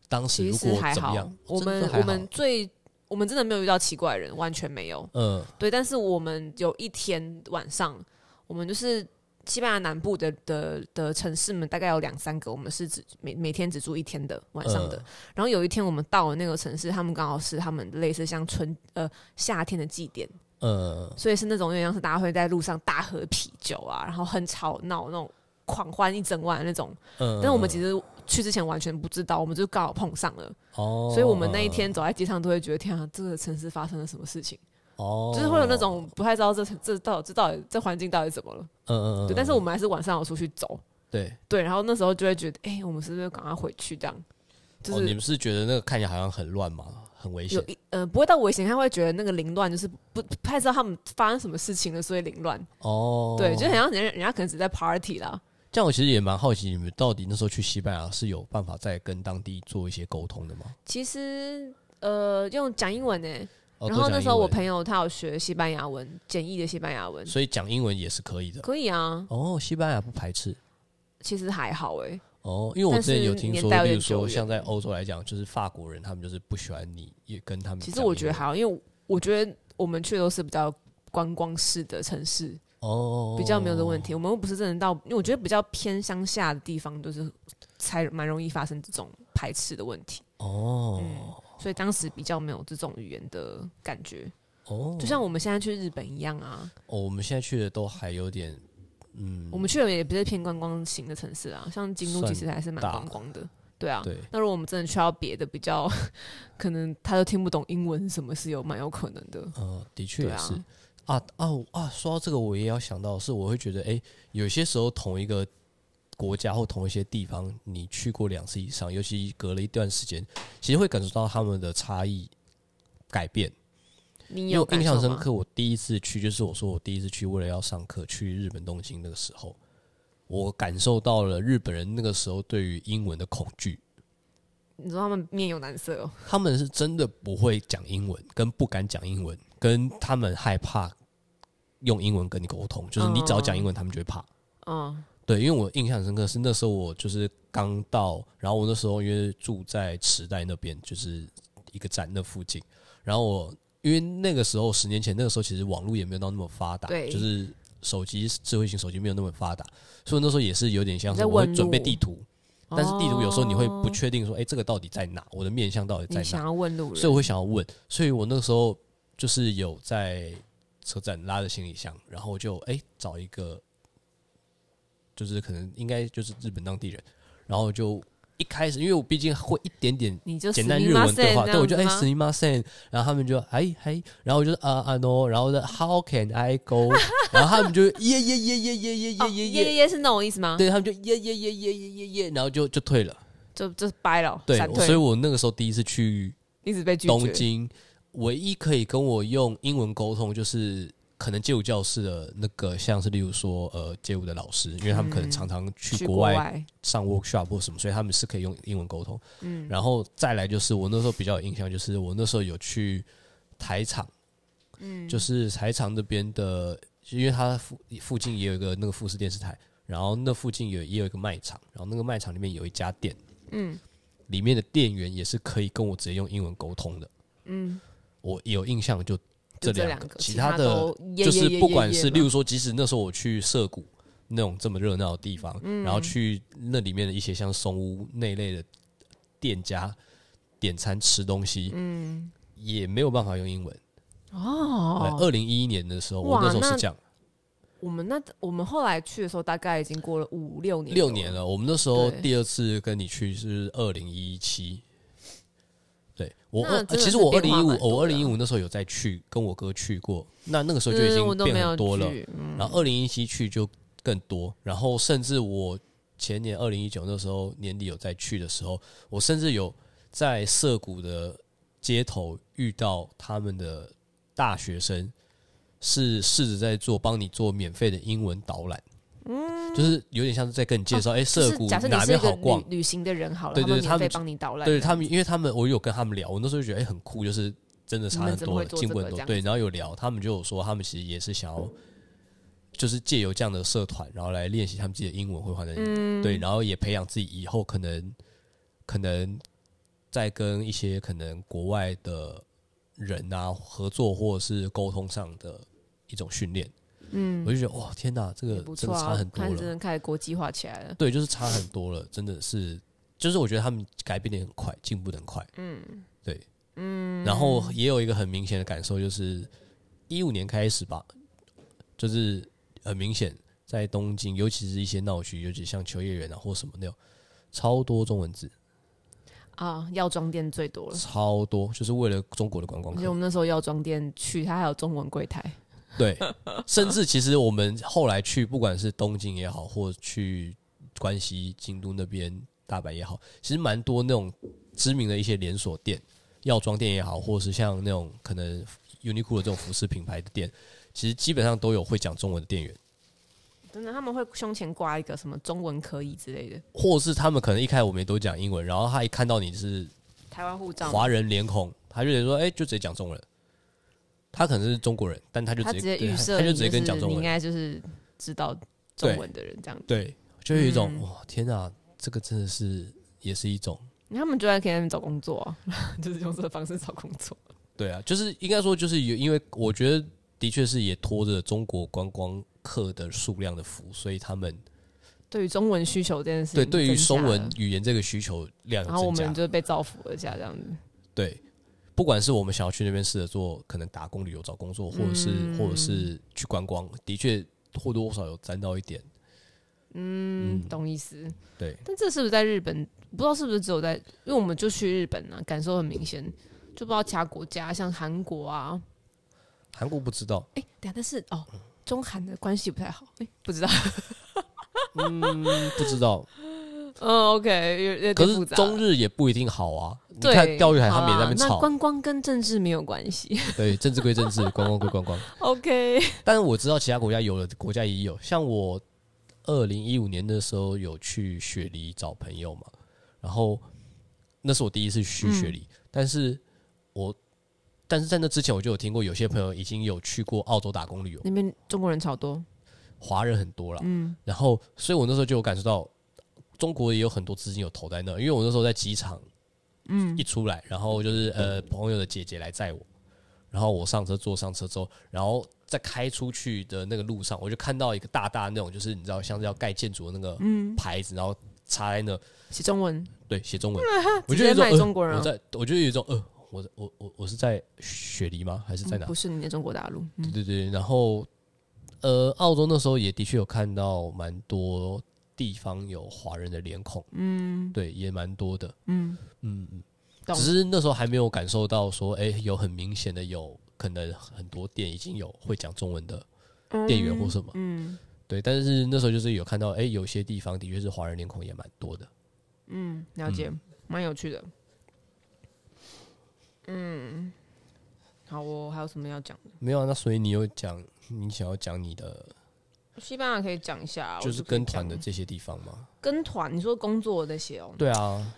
当时
其
如
实
果
还
怎么
好
样，，
我
真的
们
还
我
好
们最我们真的没有遇到奇怪人，完全没有。
嗯
对，但是我们有一天晚上，我们就是西班牙南部的的的城市们，大概有两三个，我们是只每每天只住一天的晚上的。
嗯
然后有一天我们到了那个城市，他们刚好是他们类似像春呃夏天的祭典，
嗯
所以是那种有点像是大家会在路上大喝啤酒啊，然后很吵闹那种狂欢一整晚的那种。
嗯，
但是我们其
实
实去之前完全不知道，我们就刚好碰上了，
哦，
所以我们那一天走在街上都会觉得天啊，这个城市发生了什么事情，
哦，
就是会有那种不太知道这这到这到底这环境到底怎么了。
嗯嗯嗯，
对，但是我们还是晚上有出去走，
对，
对，然后那时候就会觉得，哎，我们是不是赶快回去这样？就
哦，你
是
们是觉得那个看起来好像很乱嘛，很危险
有，一呃不会到危险，他会觉得那个凌乱就是不不太知道他们发生什么事情了，所以凌乱。
哦，
对，就很像人家人家可能只是在 party 啦。
这样，我其实也蛮好奇，你们到底那时候去西班牙是有办法再跟当地做一些沟通的吗？
其实呃用讲英文呢、
哦
然后那时候我，
都讲
朋友他有学西班牙文，简易的西班牙文
英文，所以讲英文也是可以的。
可以啊，
哦，西班牙不排斥
其实还好哎、
哦，因为我之前有听
但是年
说
代，有
例
点
如说
久远
像在欧洲来讲，就是法国人他们就是不喜欢你也跟他们
其
嗯讲
实
英文。
我觉得还好，因为我觉得我们去都是比较观光式的城市，
哦，
比较没有这问题。我们又不是真的到，因为我觉得比较偏乡下的地方，就是才蛮容易发生这种排斥的问题。
哦
嗯，所以当时比较没有这种语言的感觉，
哦，
就像我们现在去日本一样啊。
哦，我们现在去的都还有点嗯，
我们去的也不是偏观光型的城市啊，像京都
算
其实还是蛮
大
观光的，对啊。
对
那如果我们真的去到别的比较， 可能他都听不懂英文，什么是有蛮有可能的。
呃，的确
对
也
啊
是啊啊我啊！说到这个，我也要想到是，我会觉得，哎、有些时候同一个国家或同一些地方，你去过两次以上，尤其隔了一段时间，其实会感受到他们的差异改变。
你
因为
有
我印
感
象
受
深
吗？
刻，我第一次去就是我说我第一次去，为了要上课去日本东京那个时候，我感受到了日本人那个时候对于英文的恐惧。
你说他们面有难色哦，
他们是真的不会讲英文，跟不敢讲英文，跟他们害怕用英文跟你沟通，就是你只要讲英文，他们就会怕。
嗯，
对，因为我印象深刻是那时候我就是刚到，然后我那时候因为住在池袋那边，就是一个站那附近，然后我因为那个时候十年前那个时候其实网络也没有到那么发达，
对
就是手机智慧型手机没有那么发达，所以那时候也是有点像是
在
我会
问
准备
路
地图，但是地图有时候你会不
哦
确定说，哎、这个到底在哪？我的面向到底在
你
哪？
想要问路人，
所以我会想要问，所以我那个时候就是有在车站拉着行李箱，然后就哎、诶找一个，就是可能应该就是日本当地人，然后就一开始因为我毕竟会一点点
你就
简单日文对话，对我就哎
哎，
s n i m a s e n 然后他们就哎哎，然后我就啊啊 no，然后就 how can I go，然后他们就耶耶耶耶耶耶
哦
哎
耶
耶耶耶
耶，耶是那种意思吗？
对他们就耶耶耶耶耶耶耶，然后就就退了，
就就掰了，
对，
闪
我所以
退，
我那个时候第一次去
一直被拒
东
绝。
京唯一可以跟我用英文沟通，就是可能街舞教室的那个，像是例如说呃街舞的老师，因为他们可能
嗯
常常去
去
国外
外，
上 workshop 或什么，所以他们是可以用英文沟通。
嗯，
然后再来就是我那时候比较有印象，就是我那时候有去台场，
嗯
就是台场那边的，因为它附附近也有一个那个富士电视台，然后那附近有也有一个卖场，然后那个卖场里面有一家店，
嗯
里面的店员也是可以跟我直接用英文沟通的。
嗯，
我有印象就
就
这
这
两
两个，
其
他
的
都耶
就是
耶耶
不
耶
管
耶嘛
是，例如说，即使那时候我去涩谷那种这么热闹的地方，然后去那里面的一些像松屋那一类的店家点餐吃东西，嗯，也没有办法用英文。
哦，
二零一一年的时候，我
哇
那时候是
那
这样，
我们那我们后来去的时候，大概已经过了五六年，
六年，了。我们那时候
对
第二次跟你去是二零一七，对我
那
二
真的
其实
是
我二零
变化
一五
蛮，多
我二
的
零一五那时候有再去跟我哥去过，那那个时候就已
嗯，我
经
都
变
没有
很多了。
去，嗯
然后二零一七去就更多，然后甚至我前年二零一九那时候年底有再去的时候，我甚至有在涩谷的街头遇到他们的大学生，是试着在做帮你做免费的英文导览，嗯，就是有点像是在跟你介绍，哎、
哦就
涩
是
谷
假设你
哪
是
边
一个
好逛
旅，旅行的人好了，
对对
他们
他
免费
们就
帮你导览，
对他们，因为他们我有跟他们聊，我那时候觉得哎、诶很酷，就是真的差很
你
多，
们怎么会做
进步很
这个
多。
这样
对，然后有聊，他们就有说他们其实也是想要，就是借由这样的社团，然后来练习他们自己的英文绘画能力，
嗯
对，然后也培养自己以后可能可能在跟一些可能国外的人啊合作或者是沟通上的一种训练。嗯，我就觉得哇，天哪，这
也
个
不
真
错
的差
啊
很，多
看
了。
真的开始国际化起来了，
对，就是差很多了，真的是，就是我觉得他们改变的很快，进步的很快，嗯，对，嗯，然后也有一个很明显的感受，就是一五年开始吧，就是很明显在东京，尤其是一些闹区，尤其像秋叶原啊或什么那种，超多中文字，
啊，药妆店最多了。
超多，就是为了中国的观光
而且我
客，
们那时候药妆店去，它还有中文柜台，
对，甚至其实我们后来去，不管是东京也好，或去关西、京都那边、大阪也好，其实蛮多那种知名的一些连锁店，药妆店也好，或是像那种可能 Uniqlo 这种服饰品牌的店，其实基本上都有会讲中文的店员，
真的他们会胸前挂一个什么中文可以之类的
或是他们可能一开始我们也都讲英文，然后他一看到你是
台湾护照嘛，
华人脸孔，他就得说，哎、就直接讲中文了。他可能是中国人，但他就
他
直
直
接
接
对
预设
他
你
就
就
直接
是
跟你讲中
你应
文，
该就是知道中文的人这样。
对，就有一种、
嗯
哇，天啊，这个真的是也是一种，
他们就在可以在那边找工作啊、 就是用这个方式找工作。
对啊，就是应该说就是有，因为我觉得的确是也拖着中国观光客的数量的福，所以他们
对于中文需求这件事情，
对对于中
增
文
加了，
语言这个需求量
然后我
有增
们
加，
就被造福了一下这样子。
对。不管是我们想要去那边试着做可能打工旅游找工作，或者是、
嗯
或者是去观光，的确或多或少有沾到一点。
嗯，懂意思。
对，
但这是不是在日本？不知道是不是只有在，因为我们就去日本啊，感受很明显，就不知道其他国家，像韩国啊，
韩国不知道，
哎、等一下但是哦，中韩的关系不太好，哎、不知道。
嗯，不知道。
嗯，OK，有 有
可
点
是
复杂。
中日也不一定好啊。你
对
看钓鱼台他
好
们也在
啦
那边啊吵
那，观光跟政治没有关系。
对，政治归政治，观光归观光。
OK，
但是我知道其他国家有的国家也有，像我二零一五年的时候有去雪梨找朋友嘛，然后那是我第一次去雪梨，但是我但是在那之前我就有听过有些朋友已经有去过澳洲打工旅游，
那边中国人超多，
华人很多啦，
嗯，
然后所以我那时候就有感受到中国也有很多资金有投在那，因为我那时候在机场，嗯，一出来，然后就是呃朋友的姐姐来载我，然后我上车坐上车之后，然后在开出去的那个路上，我就看到一个大大那种就是你知道像是要盖建筑的那个
嗯
牌子，然后插在那，
写中文，
对，写中文，我就有
直接
一种、
卖中国人
呃
啊
我在我就有一种呃，我在我我我是在雪梨吗？还是在
嗯
哪？
不是你的中国大陆，嗯，
对对对，然后呃，澳洲那时候也的确有看到蛮多地方有华人的脸孔，嗯，对，也蛮多的，
懂
只是那时候还没有感受到说，哎、有很明显的有可能很多店已经有会讲中文的店员或什么，
嗯，
对，但是那时候就是有看到，哎、有些地方的确是华人脸孔也蛮多的，
嗯，了解，蛮、有趣的。嗯，好哦，还有什么要讲的？
没有啊，那所以你有讲你想要讲你的
西班牙可以讲一下，啊
就是跟团
我就
的
可以
这些地方吗？
讲跟团，你说工作的那些哦，
对啊，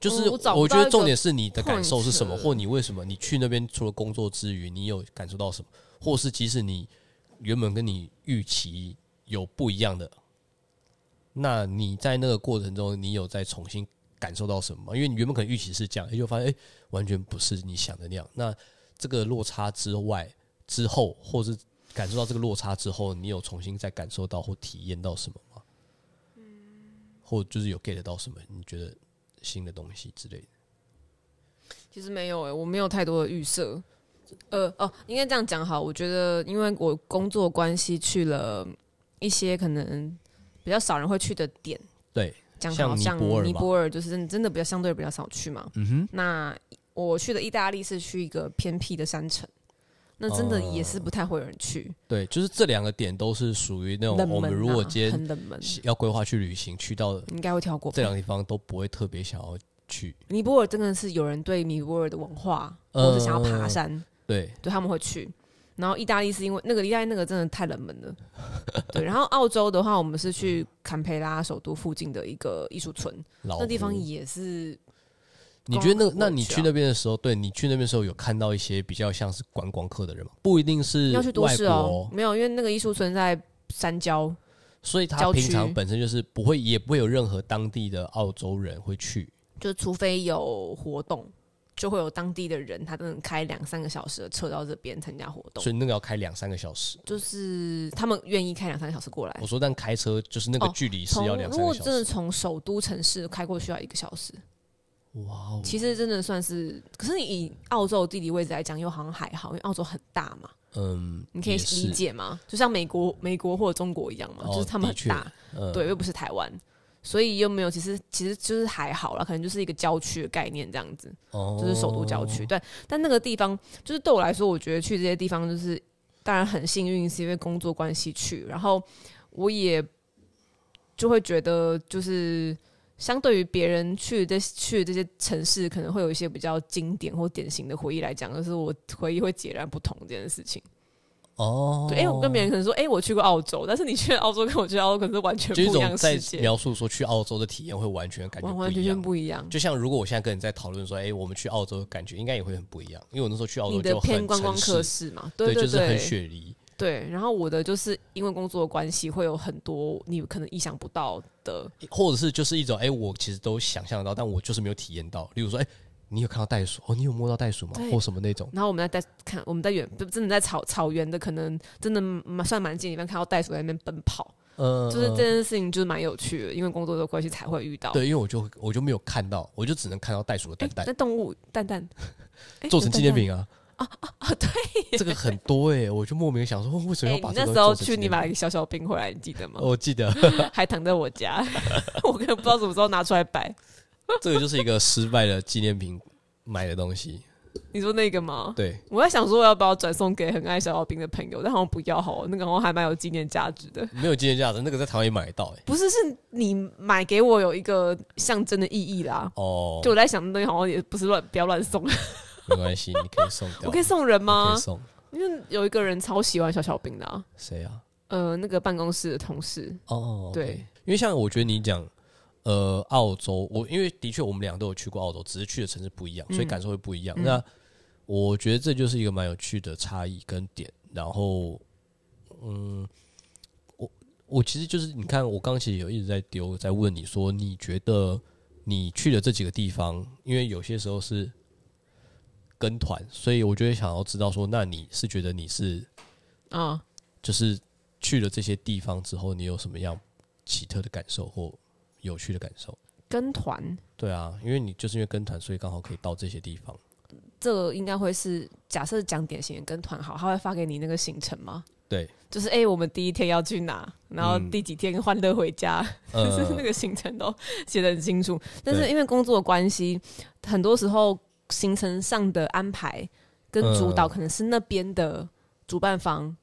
就是
嗯我找不
我觉
到
得
一
重
个
点是你的感受是什么，
point
或你为什么你去那边除了工作之余，你有感受到什么，或是即使你原本跟你预期有不一样的，那你在那个过程中，你有再重新感受到什么吗？因为你原本可能预期是这样，诶就发现哎、诶完全不是你想的那样。那这个落差之外，之后，或是感受到这个落差之后，你有重新再感受到或体验到什么吗？或就是有 get 到什么？你觉得新的东西之类的？
其实没有诶、我没有太多的预设。呃哦，应该这样讲好。我觉得，因为我工作关系去了一些可能比较少人会去的点，
对，
讲好像
像尼泊尔吧
尼泊尔，就是真真的比较相对比较少去嘛。
嗯哼，
那我去的意大利是去一个偏僻的山城，那真的
哦
也是不太会有人去，
对，就是这两个点都是属于那种
冷
我
门、
们
啊，
如果今天
很冷门，
要规划去旅行，去到
应该会跳过吧。
这两个地方都不会特别想要去。
尼泊尔真的是有人对尼泊尔的文化，
呃
或者想要爬山，
对，
对他们会去。然后意大利是因为那个意大利那个真的太冷门了，对。然后澳洲的话，我们是去坎培拉首都附近的一个艺术村，
老
那地方
湖
也是
你觉得
观光客
那那
去
你
啊
去那边的时候，对你去那边的时候有看到一些比较像是观光客的人吗？不一定是
要去都
外
市
国
哦
哦，，
没有，因为那个艺术村在山郊，
所以他
郊区
平常本身就是不会，也不会有任何当地的澳洲人会去。
就除非有活动，就会有当地的人，他真的开两三个小时的车到这边参加活动
所，以那个要开两三个小时。
就是他们愿意开两三个小时过来
我。说，但开车就是那个
哦
距离哦是
从
要两
如
三个
果
小
真的
时。
从首都城市开过去要一个小时，
哇哦，
其实真的算是，可是你以澳洲地理位置来讲，又好像还好，因为澳洲很大嘛，
嗯，
你可以
也是
理，解吗？就像美国、美国或者中国一样嘛，
哦
就是他们
的确
很大，
嗯
对，又不是台湾，所以又没有，其实其实就是还好啦，可能就是一个郊区的概念这样子，
哦
就是首都郊区。对，但那个地方就是对我来说，我觉得去这些地方就是当然很幸运，是因为工作关系去，然后我也就会觉得就是。相对于别人去的去这些城市，可能会有一些比较经典或典型的回忆来讲，就是我回忆会截然不同这件事情。
哦，
对，哎、我跟别人可能说，哎、我去过澳洲，但是你去澳洲跟我去澳洲可是完全
就一
不一样
种
的
在
世界，
描述说去澳洲的体验会完全感觉
完
不
完
一
全
样
全。不一样。
就像如果我现在跟你在讨论说，哎、我们去澳洲，感觉应该也会很不一样，因为我那时候去澳洲
你的
就
偏
很
观光客
城市，
是嘛？
对，
对
就是
对
很雪梨，
对。然后我的就是因为工作的关系，会有很多你可能意想不到的。
或者是就是一种，哎、我其实都想象得到，但我就是没有体验到。例如说，哎、你有看到袋鼠？哦，你有摸到袋鼠吗？
对
或什么那种？
然后我们在在看，我们在远真的在草草原的，可能真的蛮算蛮近，里面看到袋鼠在那边奔跑，
呃，
就是这件事情就是蛮有趣的，因为工作的关系才会遇到。
对，因为我就我就没有看到，我就只能看到袋鼠的
哎
蛋，蛋，
那动物蛋 蛋哎
做成纪念品
有
啊。
蛋蛋啊？
这个很多哎、我就莫名想说，哦为什
对，
么
哎、
要把
你
这
那
个
时候
做成
去
纪
你
念
买
品哦
了一个小小冰回来，你记得吗？
我记得
还躺在我家， 我根本不知道什么时候拿出来摆。
这个就是一个失败的纪念品买的东西，
你说那个吗？
对，
我在想说我要不要转送给很爱小小兵的朋友，但好像不要好哦了，那个好像还蛮有纪念价值的。
没有纪念价值，那个在台湾也买得到哎、
不是，是你买给我有一个象征的意义啦。
哦，
就我在想，那东西好像也不是乱，不要乱送。
没关系，你可以送掉。
我可以送人
我
吗
可以？送
因为有一个人超喜欢小小兵的、啊，
谁啊？
呃，那个办公室的同事，
哦，
对
OK，因为像我觉得你讲，呃，澳洲，我因为的确我们俩都有去过澳洲，只是去的城市不一样，所以感受会不一样。那我觉得这就是一个蛮有趣的差异跟点。然后，嗯，我我其实就是你看，我刚其实有一直在丢，在问你说，你觉得你去的这几个地方，因为有些时候是跟团，所以我就会想要知道说，那你是觉得你是
啊、
就是去了这些地方之后，你有什么样奇特的感受或有趣的感受？
跟团，
对啊，因为你就是因为跟团，所以刚好可以到这些地 方。
这个应该会是假设讲典型的跟团好，他会发给你那个行程吗？
对，
就是哎、欸我们第一天要去哪，然后
嗯
第几天欢乐回家，就是那
呃，
个行程都写的很清楚。但是
对
因为工作的关系，很多时候行程上的安排跟主导
嗯
可能是那边的主办方，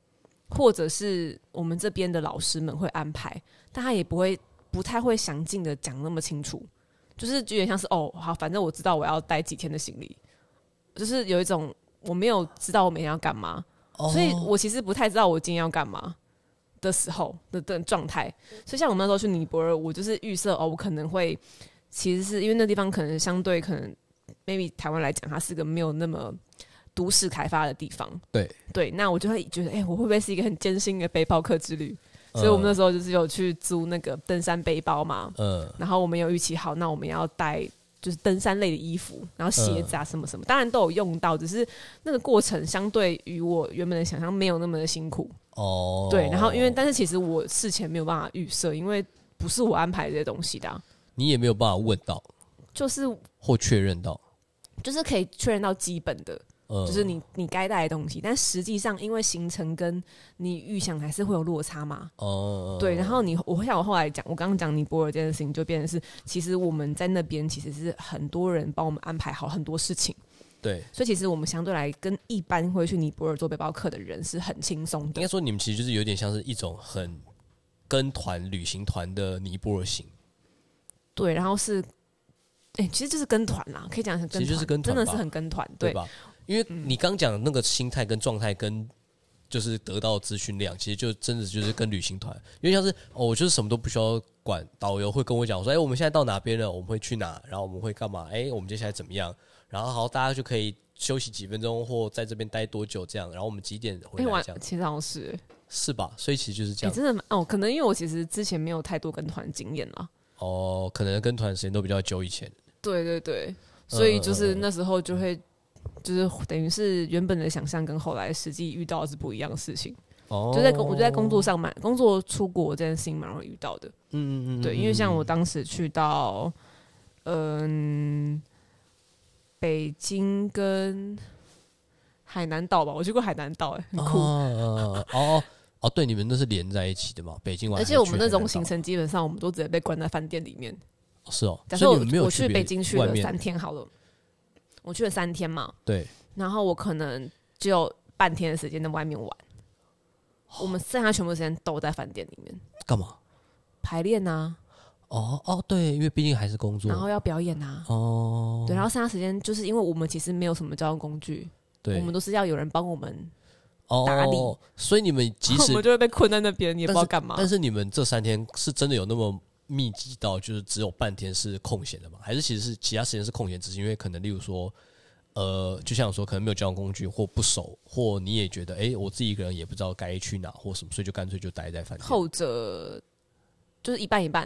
或者是我们这边的老师们会安排，但他也不会不太会详尽的讲那么清楚，就是有点像是哦，好，反正我知道我要带几天的行李，就是有一种我没有知道我每天要干嘛，
哦
所以我其实不太知道我今天要干嘛的时候的的状态。所以像我们那时候去尼泊尔，我就是预设哦，我可能会其实是因为那地方可能相对可能 maybe 台湾来讲，它是个没有那么都市开发的地方。
对
对，那我就会觉得，哎、我会不会是一个很艰辛的背包客之旅？
嗯
所以我们那时候就是有去租那个登山背包嘛，
呃，
然后我们有预期好，那我们要带就是登山类的衣服，然后鞋子啊什么什么，当然都有用到，只是那个过程相对于我原本的想象没有那么的辛苦。
哦，
对，然后因为但是其实我事前没有办法预设，因为不是我安排这些东西的啊、
你也没有办法问到
就是
或确认到，
就是可以确认到基本的，
呃，
就是你你该带的东西，但实际上因为行程跟你预想还是会有落差嘛。
哦，
对，然后你我会想我后来讲，我刚刚讲尼泊尔这件事情，就变成是其实我们在那边其实是很多人帮我们安排好很多事情，
对，
所以其实我们相对来跟一般会去尼泊尔做背包客的人是很轻松
应
的
该。说你们其实就是有点像是一种很跟团旅行团的尼泊尔行，
对，然后是，哎、其实就是跟团啦，可以讲是跟团，
其实就是跟团
真的
吧
是很跟团，
对
对，
吧？因为你刚讲的那个心态跟状态跟。就是得到资讯量，其实就真的就是跟旅行团，因为像是哦，我就是什么都不需要管，导游会跟我讲说，哎、我们现在到哪边了，我们会去哪，然后我们会干嘛，哎、我们接下来怎么样，然后好，大家就可以休息几分钟或在这边待多久这样，然后我们几点回
哎、
来
玩
这样，
其实好像是、
是吧？所以其实就是
哎、
这样。
真的蛮哦，可能因为我其实之前没有太多跟团经验啦。
哦，可能跟团时间都比较久以前。
对对对，所以就是
嗯嗯嗯
那时候就会，就是等于是原本的想象跟后来实际遇到的是不一样的事情。
哦，
就在工我就在工作上蛮工作出国这件事情蛮容易遇到的。
嗯，嗯嗯嗯，
对，因为像我当时去到，嗯，北京跟海南岛吧，我去过海南岛、哎，很酷。
哦哦哦哦，对，你们那是连在一起的嘛，北京
而
晚上去
且
海南岛，
我们那种行程，基本上我们都直接被关在饭店里面。
哦是哦，
假设
所以
我
你们没有
我去
别
北京去
外
了
面
三天好了，我去了三天嘛，
对，
然后我可能只有半天的时间在外面玩，
哦
我们剩下全部时间都在饭店里面
干嘛？
排练啊，
哦哦，对，因为毕竟还是工作
然，后要表演啊，
哦，
对，然后剩下时间就是因为我们其实没有什么交通工具，
对，
我们都是要有人帮我们，
哦
打理
所以你们即
我
使
们就会被困在那边，也不知道干嘛。
但是你们这三天是真的有那么密集到，就是只有半天是空闲的吗？还是其实是其他时间是空闲，只是因为可能例如说，呃，就像说可能没有交通工具，或不熟，或你也觉得，诶，我自己一个人也不知道该去哪或什么，所以就干脆就待在饭店。
后者就是一半一半，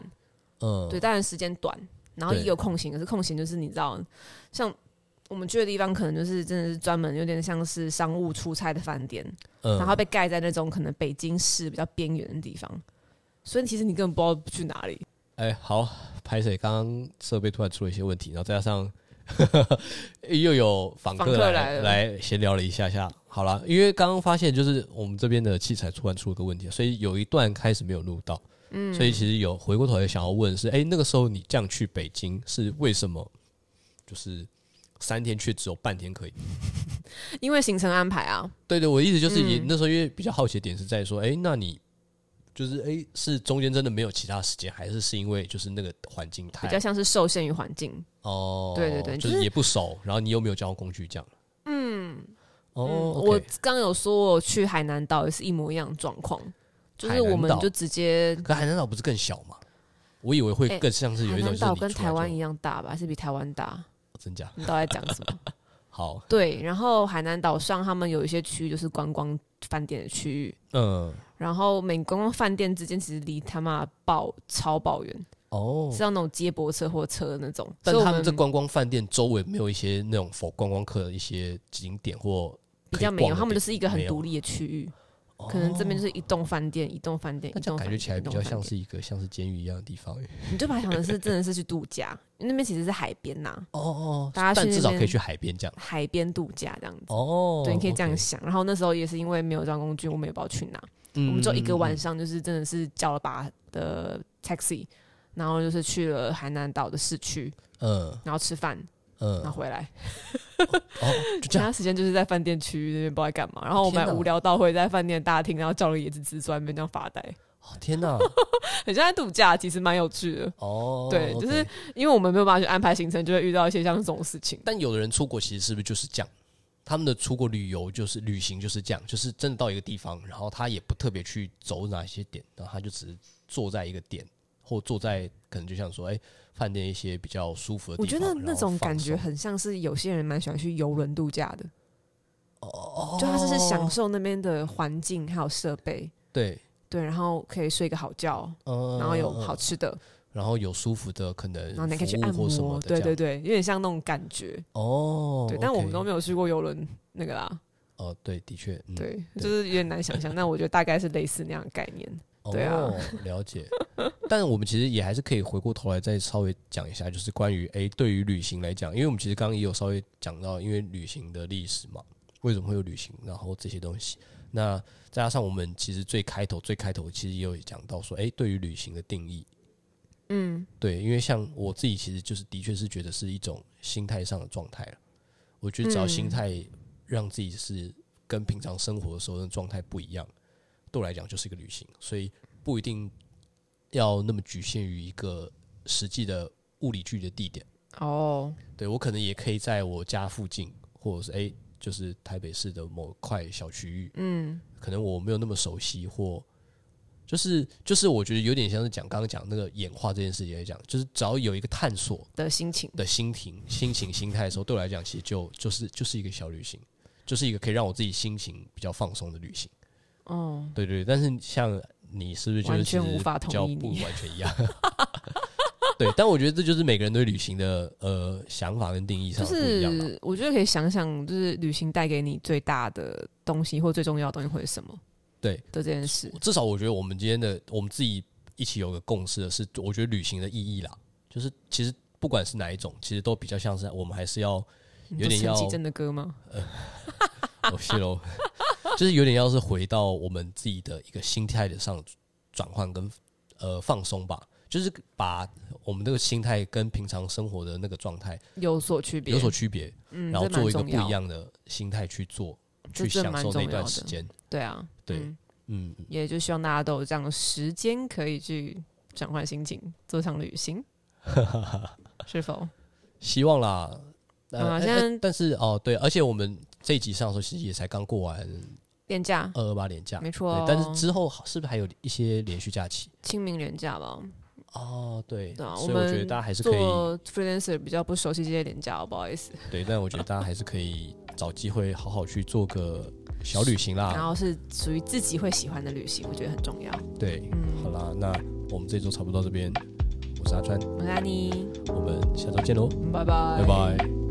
嗯，
对，当然时间短，然后
对
也有空闲，可是空闲就是你知道，像我们去的地方可能就是真的是专门有点像是商务出差的饭店，
嗯，
然后被盖在那种可能北京市比较边缘的地方，所以其实你根本不知道去哪里。
哎、好，拍水，刚刚设备突然出了一些问题，然后再加上 又有访
访
客
客
来
来了
来闲聊了一下下。好了，因为刚刚发现就是我们这边的器材突然出了个问题，所以有一段开始没有录到。嗯，所以其实有回过头来想要问是，哎、那个时候你这样去北京是为什么？就是三天却只有半天可以。
因为行程安排啊，
对对，我的意思就是你、
嗯
那时候因为比较好奇的点是在说，哎、那你。就是哎、是中间真的没有其他时间，还是是因为就是那个环境太
比较像是受限于环境。
哦，
对对对
就
就是是
也不熟，然后你又没有交通工具，这样。嗯，哦
嗯，我
OK
刚有说我去海南岛也是一模一样的状况，就
海
是
南
我们
岛
就直接
可海南岛不是更小吗？我以为会
哎
更像是有
海
一种
南
就是
岛
你
跟
出来
台湾
就
一样大吧，还是比台湾 大？
真假
你到底在讲什么？
好，
对，然后海南岛上他们有一些区域就是观光饭店的区域，
嗯，
然后每观光饭店之间其实离他妈爆超爆远，
哦
是，要那种接驳车或车的那种。
但
所以我
他们这
们
观光饭店周围没有一些那种否观光客的一些景点或
比
可以
较没
逛
有，
的
他们
地
就是一个
没
很
有哦
独立的区域，可能这边就是一栋饭店，一栋饭店，
那
一
这
栋
样
饭
感觉
店，
起来
一
比
栋
较
饭
像
店
是一个像是监狱一样的地方。哎
你就把它想的是真的是去度假，因为那边其实是海边呐、
哦哦，
大家
但
去
至
那
少可以
边
去海边这样。
海边度假这样子。
哦，
对，你可以这样
OK，
想。然后那时候也是因为没有交通工具，我们也不知道去哪，
嗯
我们就一个晚
上。
上，就是真的是叫了把的 taxi，然后就是去了海南岛的市区，
嗯
然后吃饭，
嗯，
然后回来。
哦，就
其
这样。
他时间就是在饭店区域那边不知道在干嘛。然后我们
天
还
哪
无聊到会在饭店大厅，然后叫了椰子汁在那边这样发呆，
哦天哪！
很像在度假，其实蛮有趣的。
哦，
对就是
OK
因为我们没有办法去安排行程，就会遇到一些像这种事情。
但有的人出国其实是不是就是这样？他们的出国旅游就是旅行就是这样，就是真的到一个地方，然后他也不特别去走哪些点，然后他就只是坐在一个点，或坐在可能就像说，哎、饭店一些比较舒服的
我
地
觉
方。
得那种感觉
然后
很像是有些人蛮喜欢去游轮度假的，
放松，
就他就是享
哦
受那边的环境还有设备，
对，
对，然后可以睡个好觉，
嗯
然后有好，吃的，
然后有舒服的可
然后
能
你可以去
服务
按
或什么
摩，
的，
对
这
对
样
对，有点像那种感觉。
哦，
对，但我们都
没
没有去过游轮那个啦，
哦，对，的确，嗯，
对，
对
就是有点难想象。那我觉得大概是类似那样的概 念。对啊
哦，了解。但我们其实也还是可以回过头来再稍微讲一下，就是关于诶，对于旅行来讲，因为我们其实刚刚也有稍微讲到，因为旅行的历史嘛，为什么会有旅行，然后这些东西。那再加上我们其实最开头最开头其实也有讲到说，诶，对于旅行的定义，
嗯，
对，因为像我自己其实就是的确是觉得是一种心态上的状态了。我觉得只要心
嗯
态让自己是跟平常生活的时候的状态不一样，对我来讲就是一个旅行，所以不一定要那么局限于一个实际的物理距离的地点。
哦，
对我可能也可以在我家附近，或者是诶，就是台北市的某块小区域，
嗯，
可能我没有那么熟悉，或就是就是我觉得有点像是讲刚刚讲那个演化这件事情来讲，就是只要有一个探索
的心情，
的心情、心情、心态的时候，对我来讲，其实就就是就是一个小旅行，就是一个可以让我自己心情比较放松的旅行。
哦，
对对，对但是像你是不是觉得
完全
其实
无法
比较
同意
不
你
完全一样？ 对，但我觉得这就是每个人对旅行的呃想法跟定义
就
上的不一样啦。
是我觉得可以想想，就是旅行带给你最大的东西或最重要的东西会是什么
对，
的这件事。
至少我觉得我们今天的我们自己一起有个共识的是，我觉得旅行的意义啦，就是其实不管是哪一种，其实都比较像是我们还是要
你说
有点
陈绮
要
贞的歌吗？
哦是喽，就是有点要是回到我们自己的一个心态的上转换跟呃放松吧，就是把我们这个心态跟平常生活的那个状态
有所区别，
有所区别，
嗯，
然后
这蛮
做一个
重
不
要
一，样的心态去做，
这
去
真的
享
蛮
受
重
那
要
段
的
时间。
对啊，
对
嗯
嗯，嗯
也就希望大家都有这样的时间可以去转换心情，做场旅 行，是否？
希望啦。呃
啊
哎
现
哎
在
但是哦，对，而且我们这一集上的时候，其实也才刚过完
廉价，
二二八连假，
没错哦
对但是之后好是不是还有一些连续假期？
清明廉价吧，
哦，对，
对啊，
所以我
们
觉得大家还是可以，
做 freelancer 比较不熟悉这些廉价，不好意思。
对，但我觉得大家还是可以找机会好好去做个小旅行
然
啦。
后是属于自己会喜欢的旅行，我觉得很重要。
对，好
嗯，
啦，那我们这周差不多到这边，我是阿川，
我是安妮，
我们下周见喽，
拜拜，
拜拜